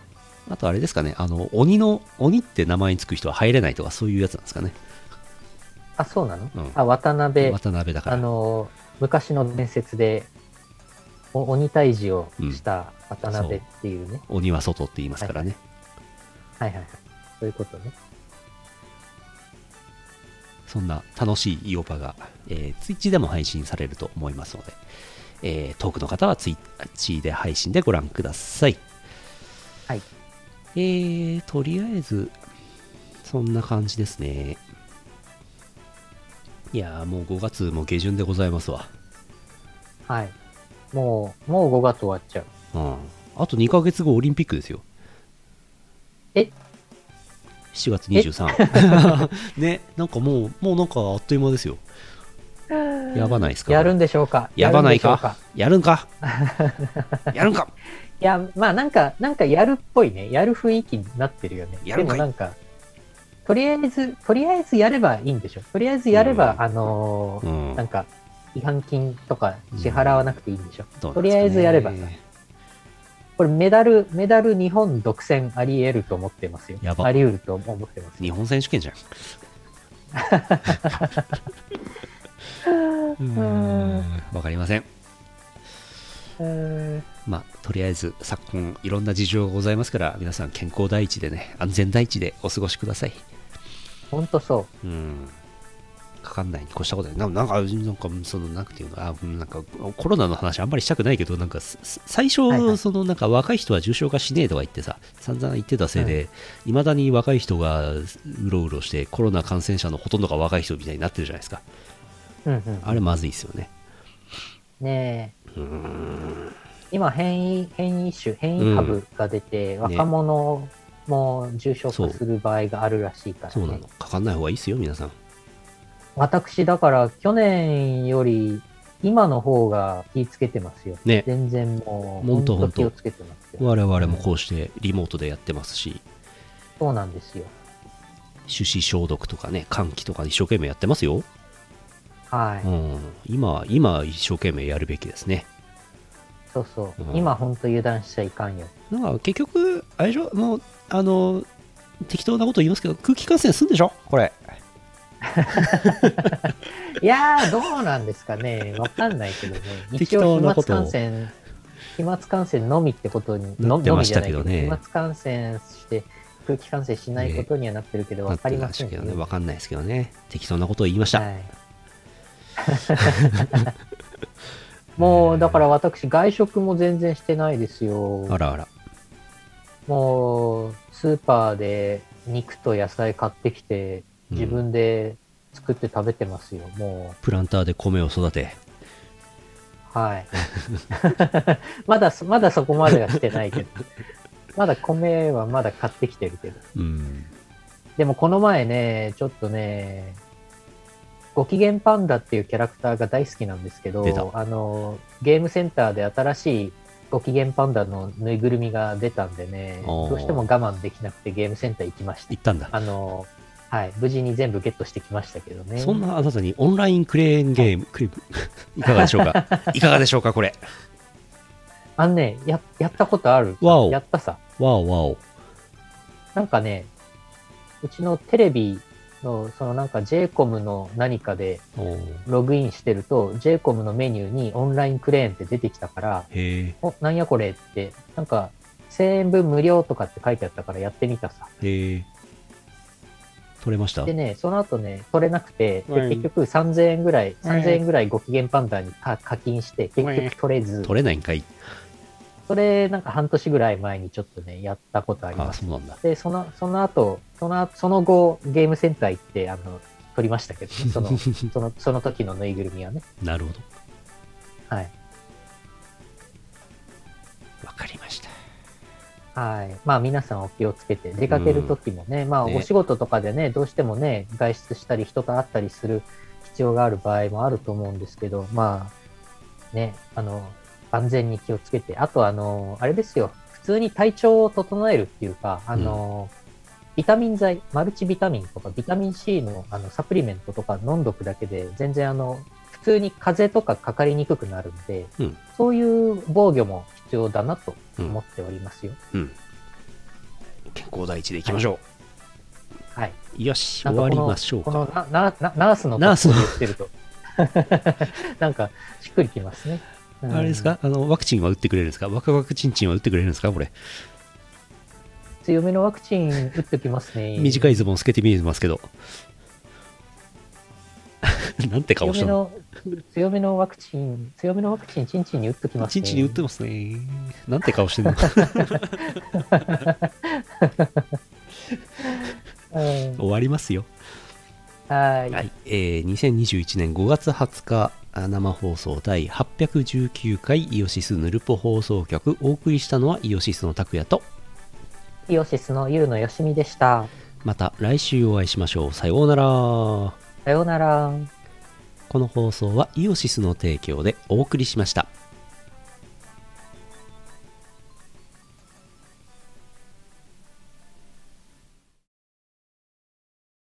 A: あとあれですかね、あの、鬼の、鬼って名前につく人は入れないとか、そういうやつなんですかね。
B: あ、そうなの、
A: うん
B: あ、渡辺、
A: 渡辺だか
B: あ
A: ら。
B: の、昔の伝説で、お鬼退治をした渡辺っていうね。
A: 鬼は外って言いますからね。
B: はいはいはい。そういうことね。
A: そんな楽しいイオパが、えー、ツイッチでも配信されると思いますので、えー、遠くの方はツイッチで配信でご覧ください。
B: はい。
A: えー、とりあえず、そんな感じですね。いやー、もう5月も下旬でございますわ。
B: はい。もう、もう5月終わっちゃう。
A: うん。あと2ヶ月後、オリンピックですよ。
B: え
A: 7月23 ねなんかもうもうなんかあっという間ですよやばないですか
B: やるんでしょうか
A: やばない
B: やるん
A: か
B: でしょう
A: やるんかやる んか
B: いや、まあなんか、なんかやるっぽいね。やる雰囲気になってるよね。
A: やる
B: で
A: んか
B: も
A: い
B: なんか、とりあえず、とりあえずやればいいんでしょ。とりあえずやれば、
A: うん
B: あの
A: う
B: ー
A: ん
B: なんか、違反金とか支払わなくていいんでしょ。
A: どうな
B: と
A: んですかね
B: りあえずやればさこれメダル、メダル日本独占あり得ると思ってますよ。
A: やば
B: あり得ると思ってます。
A: 日本選手権 じゃんうーんわかりません
B: うーん
A: まあとりあえず昨今いろんな事情がございますから皆さん健康第一でね安全第一でお過ごしください
B: ほんとそう。
A: うんかかんないに越したことない。ななんか、なんか、その、なんていうのあうんなんか、コロナの話あんまりしたくないけど、なんか、すす最初、
B: はいはい
A: その、なんか、若い人は重症化しねえとか言ってさ、散々言ってたせいで、いまだに若い人がうろうろして、コロナ感染者のほとんどが若い人みたいになってるじゃないですか。
B: うんうん。
A: あれ、まずいですよね。
B: ねえ。
A: うーん。
B: 今変異、変異種、変異株が出て、
A: ね
B: 若者も重症
A: そう
B: 化する場合があるらしいから、ね。
A: そうなの。かかんない方がいいですよ、皆さん。
B: 私、だから去年より今の方が気ぃつけてますよ。
A: ね
B: 全然もう、
A: ほん
B: 本
A: と
B: 当
A: ほんと
B: 気をつけてますよ。
A: 我々もこうして、リモートでやってますし、
B: そうなんですよ。
A: 手指消毒とかね、換気とか一生懸命やってますよ。
B: はい。
A: うん。今、今、一生懸命やるべきですね。
B: そうそう。
A: うん
B: 今、本当油断しちゃいかんよ。
A: なんか結局、あれでしょ、もう、あの、適当なこと言いますけど、空気感染すんでしょ、これ。
B: いやー、どうなんですかね。わかんないけどね。
A: 適
B: 一
A: 当
B: 応、
A: な
B: 飛沫
A: ことを
B: 感染、飛沫感染のみってことに、
A: な
B: の
A: って
B: の
A: ま
B: み
A: し
B: じ
A: た
B: ゃな
A: け
B: いけ
A: ど
B: ど、
A: ね
B: 飛沫感染して、空気感染しないことにはなってるけど、わ、かりませ
A: なっ
B: ん
A: て
B: よ
A: たけどね、わかんないですけどね。適当なことを言いました。
B: はい、 もうだから私外食も全然してないです
A: あ
B: よ
A: らあら。
B: もうスーパーで肉と野菜買ってきて
A: うん
B: 自分で作って食べてますよ、も
A: プランターで米を育て。
B: うはい まだそまだそこ まではしてないけどまだ米はまだ買ってきてるけど
A: うん。
B: でもこの前ね、ちょっとね、ご機嫌パンダっていうキャラクターが大好きなんですけ
A: 出た
B: ど、あの、ゲームセンターで新しいご機嫌パンダのぬいぐるみが出たんでね、
A: おー
B: どうしても我慢できなくてゲームセンター行きました
A: 行。ったんだ。
B: あの、はい、無事に全部ゲットしてきましたけどね。
A: そんなあなたにオンラインクレーンゲーム、クレーム、 いかがでしょう かいかがでしょうかこれ。
B: あのね、や、やったことある。
A: わお
B: やったさ。
A: わおわお。
B: なんかね、うちのテレビの、そのなんか JCOM の何かで
A: おー
B: ログインしてると、JCOM のメニューにオンラインクレーンって出てきたから、
A: へ
B: お、なんやこれって、なんか、1000円分無料とかって書いてあったからやってみたさ。
A: え、へえ。取れました
B: でね、その後ね、取れなくて、で
A: うん
B: 結局3000円ぐらい、
A: うん
B: 3000円ぐらいご機嫌パンダにか課金して、結
A: うん
B: 局取れず、
A: 取れないんかい。
B: それなんか半年ぐらい前にちょっとね、やったことあり
A: あ
B: ま
A: あ、
B: す。
A: そうなんだ。
B: で、その、その後、その、その後、ゲームセンター行って、あの、取りましたけど ね、その、その、その時のぬいぐるみはね。
A: なるほど。
B: はい。
A: わかりました。
B: はい。まあ皆さんお気をつけて、出かける時もね、まあ
A: ね
B: お仕事とかでね、どうしてもね、外出したり人と会ったりする必要がある場合もあると思うんですけど、まあ、ね、あの、万全に気をつけて、あとあの、あれですよ、普通に体調を整えるっていうか、あの、ビタミン剤、マルチビタミンとかビタミン C のあのサプリメントとか飲んどくだけで、全然あの、普通に風邪とかかかりにくくなるんで、
A: うん
B: そういう防御も必要だなと思っておりますよ。
A: うん。健康第一でいきましょ
B: はい。
A: う。よし、
B: なん
A: 終
B: か
A: わ
B: この
A: りましょう
B: こ
A: か。
B: のなななナースの
A: ナースの
B: 言ってると。 なんか、しっくりきますね。うん
A: あれですかあの、ワクチンは打ってくれるんですかワクワクチンチンは打ってくれるんですかこれ。
B: 強めのワクチン打ってきますね。
A: 短
B: い
A: いズボン透けて見えてますけど。 なんて顔
B: 強
A: し
B: め
A: たの
B: の、強めのワクチン、強めのワクチン、チンチンに打ってきます
A: チ
B: ね。
A: ンチンに打ってますね。なんて顔してん の
B: うん
A: 終わりますよ。
B: はい。
A: はい、えー2021年5月20日あ生放送第819回イオシスヌルポ放送局お送りしたのはイオシスの拓也と
B: イオシスのゆるのよしみでした。
A: また来週お会いしましょうさようならこ
B: さようなら。
A: の放送はイオシスの提供でお送りしました